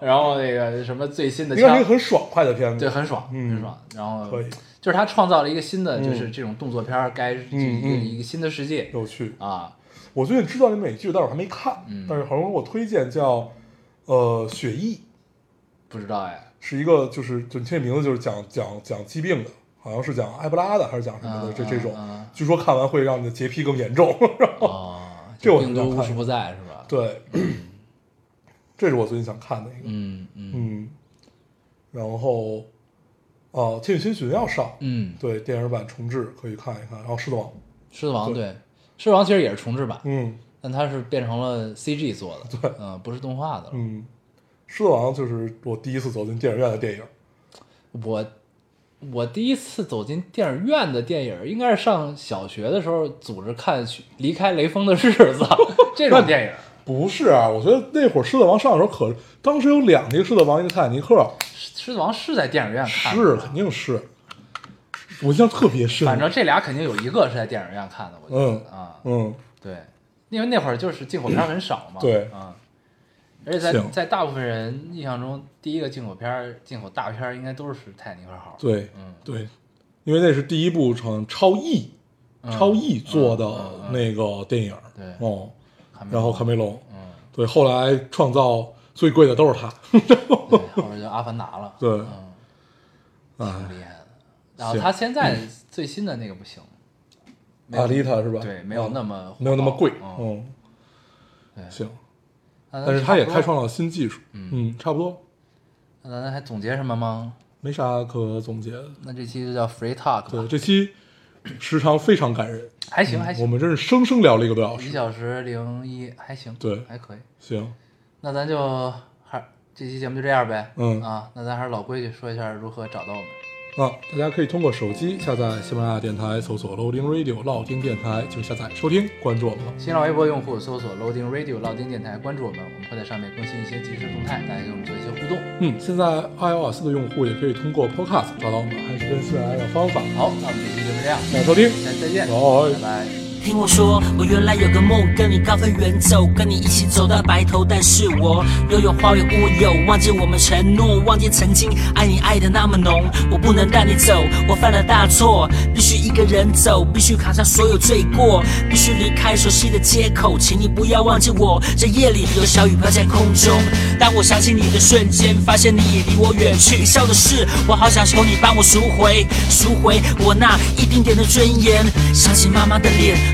A: 然后那个什么最新的
B: 应该是一个
A: 枪，
B: 很爽快的片
A: 对，
B: 子，
A: 很爽，
B: 嗯
A: 很爽。然后
B: 可以
A: 就是他创造了一个新的，
B: 嗯
A: 就是这种动作片儿该就是一个
B: 嗯
A: 一个新的世界
B: 有趣。
A: 啊，
B: 我最近知道那美剧，但是我还没看，
A: 嗯
B: 但是好像我推荐叫呃《血疫》，
A: 不知道 哎，
B: 是一个就是就你听这名字就是讲讲讲疾病的，好像是讲埃博拉的还是讲什么的、
A: 嗯
B: 这这种，
A: 嗯
B: 据说看完会让你的洁癖更严 重。
A: 哦，
B: 这我
A: 病
B: 很想
A: 毒无
B: 看
A: 时不在是吧？
B: 对， 这是我最近想看的一个，
A: 嗯嗯
B: 嗯，然后啊，《千与千寻》要上，
A: 嗯，
B: 对电影版重置可以看一看，然后《狮子王》，
A: 狮子王对，狮子王其实也是重置版，
B: 嗯
A: 但它是变成了 CG 做的，对，嗯，不是动画的了。
B: 嗯，《狮子王》就是我第一次走进电影院的电影，
A: 我我第一次走进电影院的电影，应该是上小学的时候组织看《离开雷锋 的日子》这种电影。
B: 不是啊，我觉得那会儿《狮子王》上的时候可，当时有两个《狮子王》，一个《泰坦尼克》，
A: 狮子王是在电影院看的，
B: 是肯定是，我印象特别深。
A: 反正这俩肯定有一个是在电影院看的，我觉
B: 嗯
A: 得啊，
B: 嗯
A: 对，因为那会儿就是进口片很少嘛，
B: 对
A: 啊，而且在
B: 行
A: 在大部分人印象中，第一个进口片儿、进口大片儿应该都是《泰坦尼克号》，
B: 对
A: 嗯
B: 对，因为那是第一部成超艺
A: 嗯
B: 超艺做
A: 嗯
B: 的
A: 嗯
B: 那个电影，
A: 对
B: 哦，
A: 卡梅隆，
B: 然后卡梅隆，
A: 嗯，
B: 对，后来创造最贵的都是他，
A: 对，后边就《阿凡达》了，
B: 对
A: 嗯，
B: 啊，
A: 挺厉害的。然后
B: 行嗯
A: 他现在最新的那个不行，没有
B: 阿丽塔是吧？
A: 对，没有
B: 嗯
A: 那么火爆
B: 没有那么贵，
A: 嗯，
B: 嗯，
A: 对
B: 行，
A: 但
B: 但是他也开
A: 创，
B: 创了新技术，嗯，差不多，
A: 那咱还总结什么吗？
B: 没啥可总结的。
A: 那这期就叫 free talk
B: 对，
A: 吧，
B: 这期时长非常感人，嗯
A: 还行还
B: 我
A: 行，嗯
B: 们真是生生聊了一个多小
A: 一
B: 时。
A: 小时零一还行，
B: 对
A: 还可以。
B: 行，
A: 那咱就还这期节目就这样呗，
B: 嗯
A: 啊，那咱还是老规矩，说一下如何找到我们。
B: 啊，大家可以通过手机下载喜马拉雅电台，搜索 Loading Radio 老丁电台就下载收听，关注我们了。
A: 新浪微博用户搜索 Loading Radio 老丁电台，关注我们，我们会在上面更新一些即时动态，大家跟我们做一些互动。
B: 嗯，现在 iOS 的用户也可以通过 Podcast 找到我们，还是跟喜马拉雅的方法。
A: 好，那我们这期就是这样，
B: 感谢收听，
A: 大家再见，
B: 拜
A: 拜拜。
E: 听我说，我原来有个梦，跟你高飞远走，跟你一起走到白头。但是我又有花园乌有，忘记我们承诺，忘记曾经爱你爱的那么浓。我不能带你走，我犯了大错，必须一个人走，必须扛下所有罪过，必须离开熟悉的街口，请你不要忘记我。这夜里有小雨飘在空中，当我想起你的瞬间，发现你已离我远去。笑的是，我好想求你帮我赎回，赎回我那一丁点的尊严。想起妈妈的脸，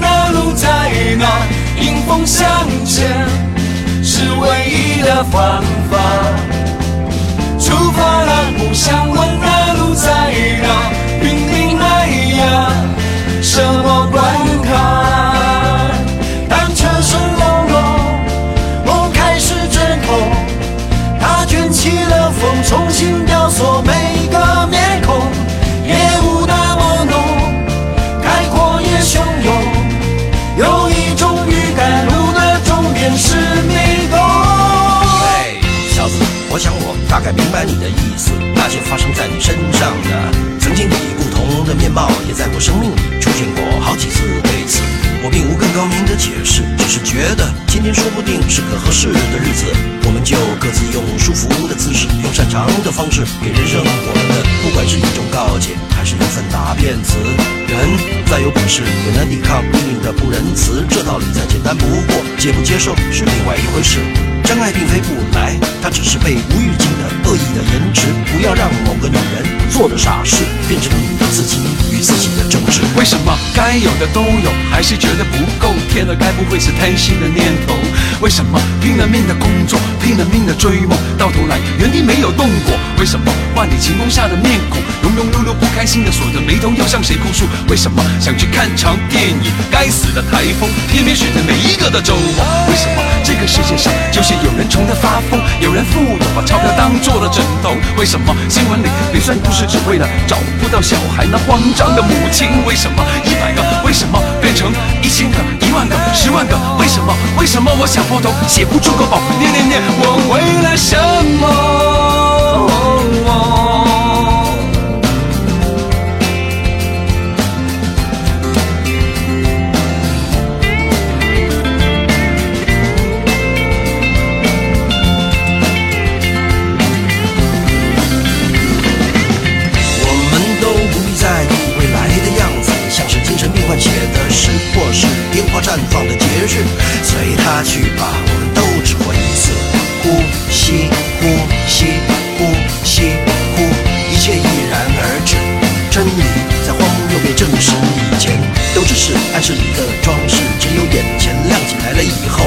F: 那路在哪，迎风向前是唯一的方法。出发了，不想问那路在哪，拼命来呀，什么关卡？当车声隆隆，梦开始卷空，它卷起了风，重新雕塑每个面孔，夜雾那么浓。开阔也汹涌，有一种预感，路的终点是迷宫。
G: 哎，小子，我想我大概
F: 才明白你的意思。那些发生在你身上的，曾经以不同的面貌，也在我生命里出现过好几次。对此，我并无更高明的解释，只是觉得今天说不定是个合适的日子，我们就各自用舒服的姿势，用擅长的方式给人生我们的，不管是一种告诫，还是一份答辩词。人再有本事，也难抵抗命运的不仁慈。这道理再简单不过，接不接受是另外一回事。真爱并非不来，它只是被无预警的恶意的延迟。不要让某个女人做着傻事，变成你自己与自己的争执。
G: 为什么该有的都有，还是觉得不够？天哪，该不会是贪心的念头？为什么拼了命的工作，拼了命的追梦，到头来原地没有动过？为什么万里晴空下的面孔，庸庸碌碌不开心的锁着眉头，要向谁哭诉？为什么想去看场电影，该死的台风偏偏选在每一个的周末？为什么这个世界上就是有人穷得发疯，有人富有把钞票当做了枕头？为什么新闻里别算故事只为了找不到小孩那慌张的母亲？为什么一百个为什么变成一千个、一万个、十万个为什么？为什么我想破头写不出个饱？念念念，我为了什么？
F: 我们都不必在意未来的样子，像是精神病患写的诗，或是烟花绽放的节日，随它去吧，我们都只活一次。呼吸，呼吸，呼吸，呼，一切已然而止。真理在荒谬被证实以前，都只是暗示里的装饰，只有眼前亮起来了以后，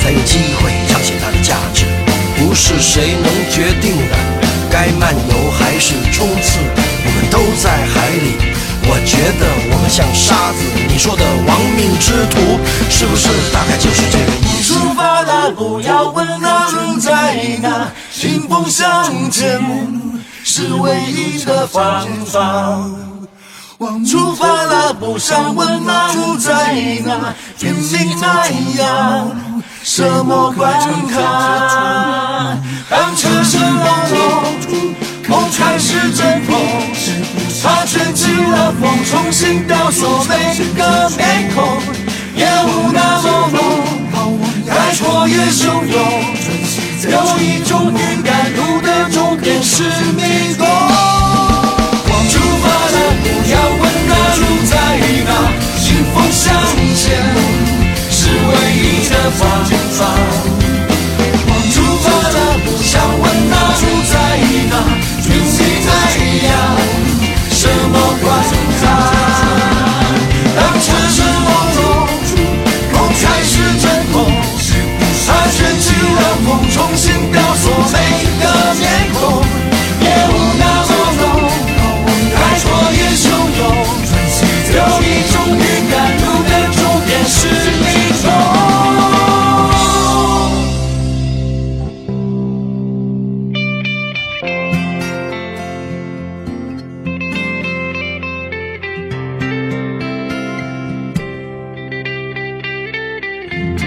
F: 才有机会彰显它的价值。不是谁能决定的，该漫游还是冲刺，我们都在海里。我觉得我们像沙子，你说的亡命之徒，是不是大概就是这个意思？
H: 出发了，不要问那人在哪，
F: 迎
H: 迎风向前是唯一的方法。出发了，不想问那人在哪，拼命爱呀，什么关卡？当车声落落，梦开始阵痛，他卷起了风，重新雕塑每个面孔，也无那么浓，开阔也汹涌，有一种预感，路的终点是迷宫。
F: 出发了，不要问那路在哪，迎风向前是唯一的方法。出发了，不想问那路在哪，云起太阳，什么关卡？当城市朦胧，梦才是真空。它卷起了风，重新雕塑每个面孔，也无那么浓。开阔也汹涌，有一种预感，路的终点是迷宫。
H: 出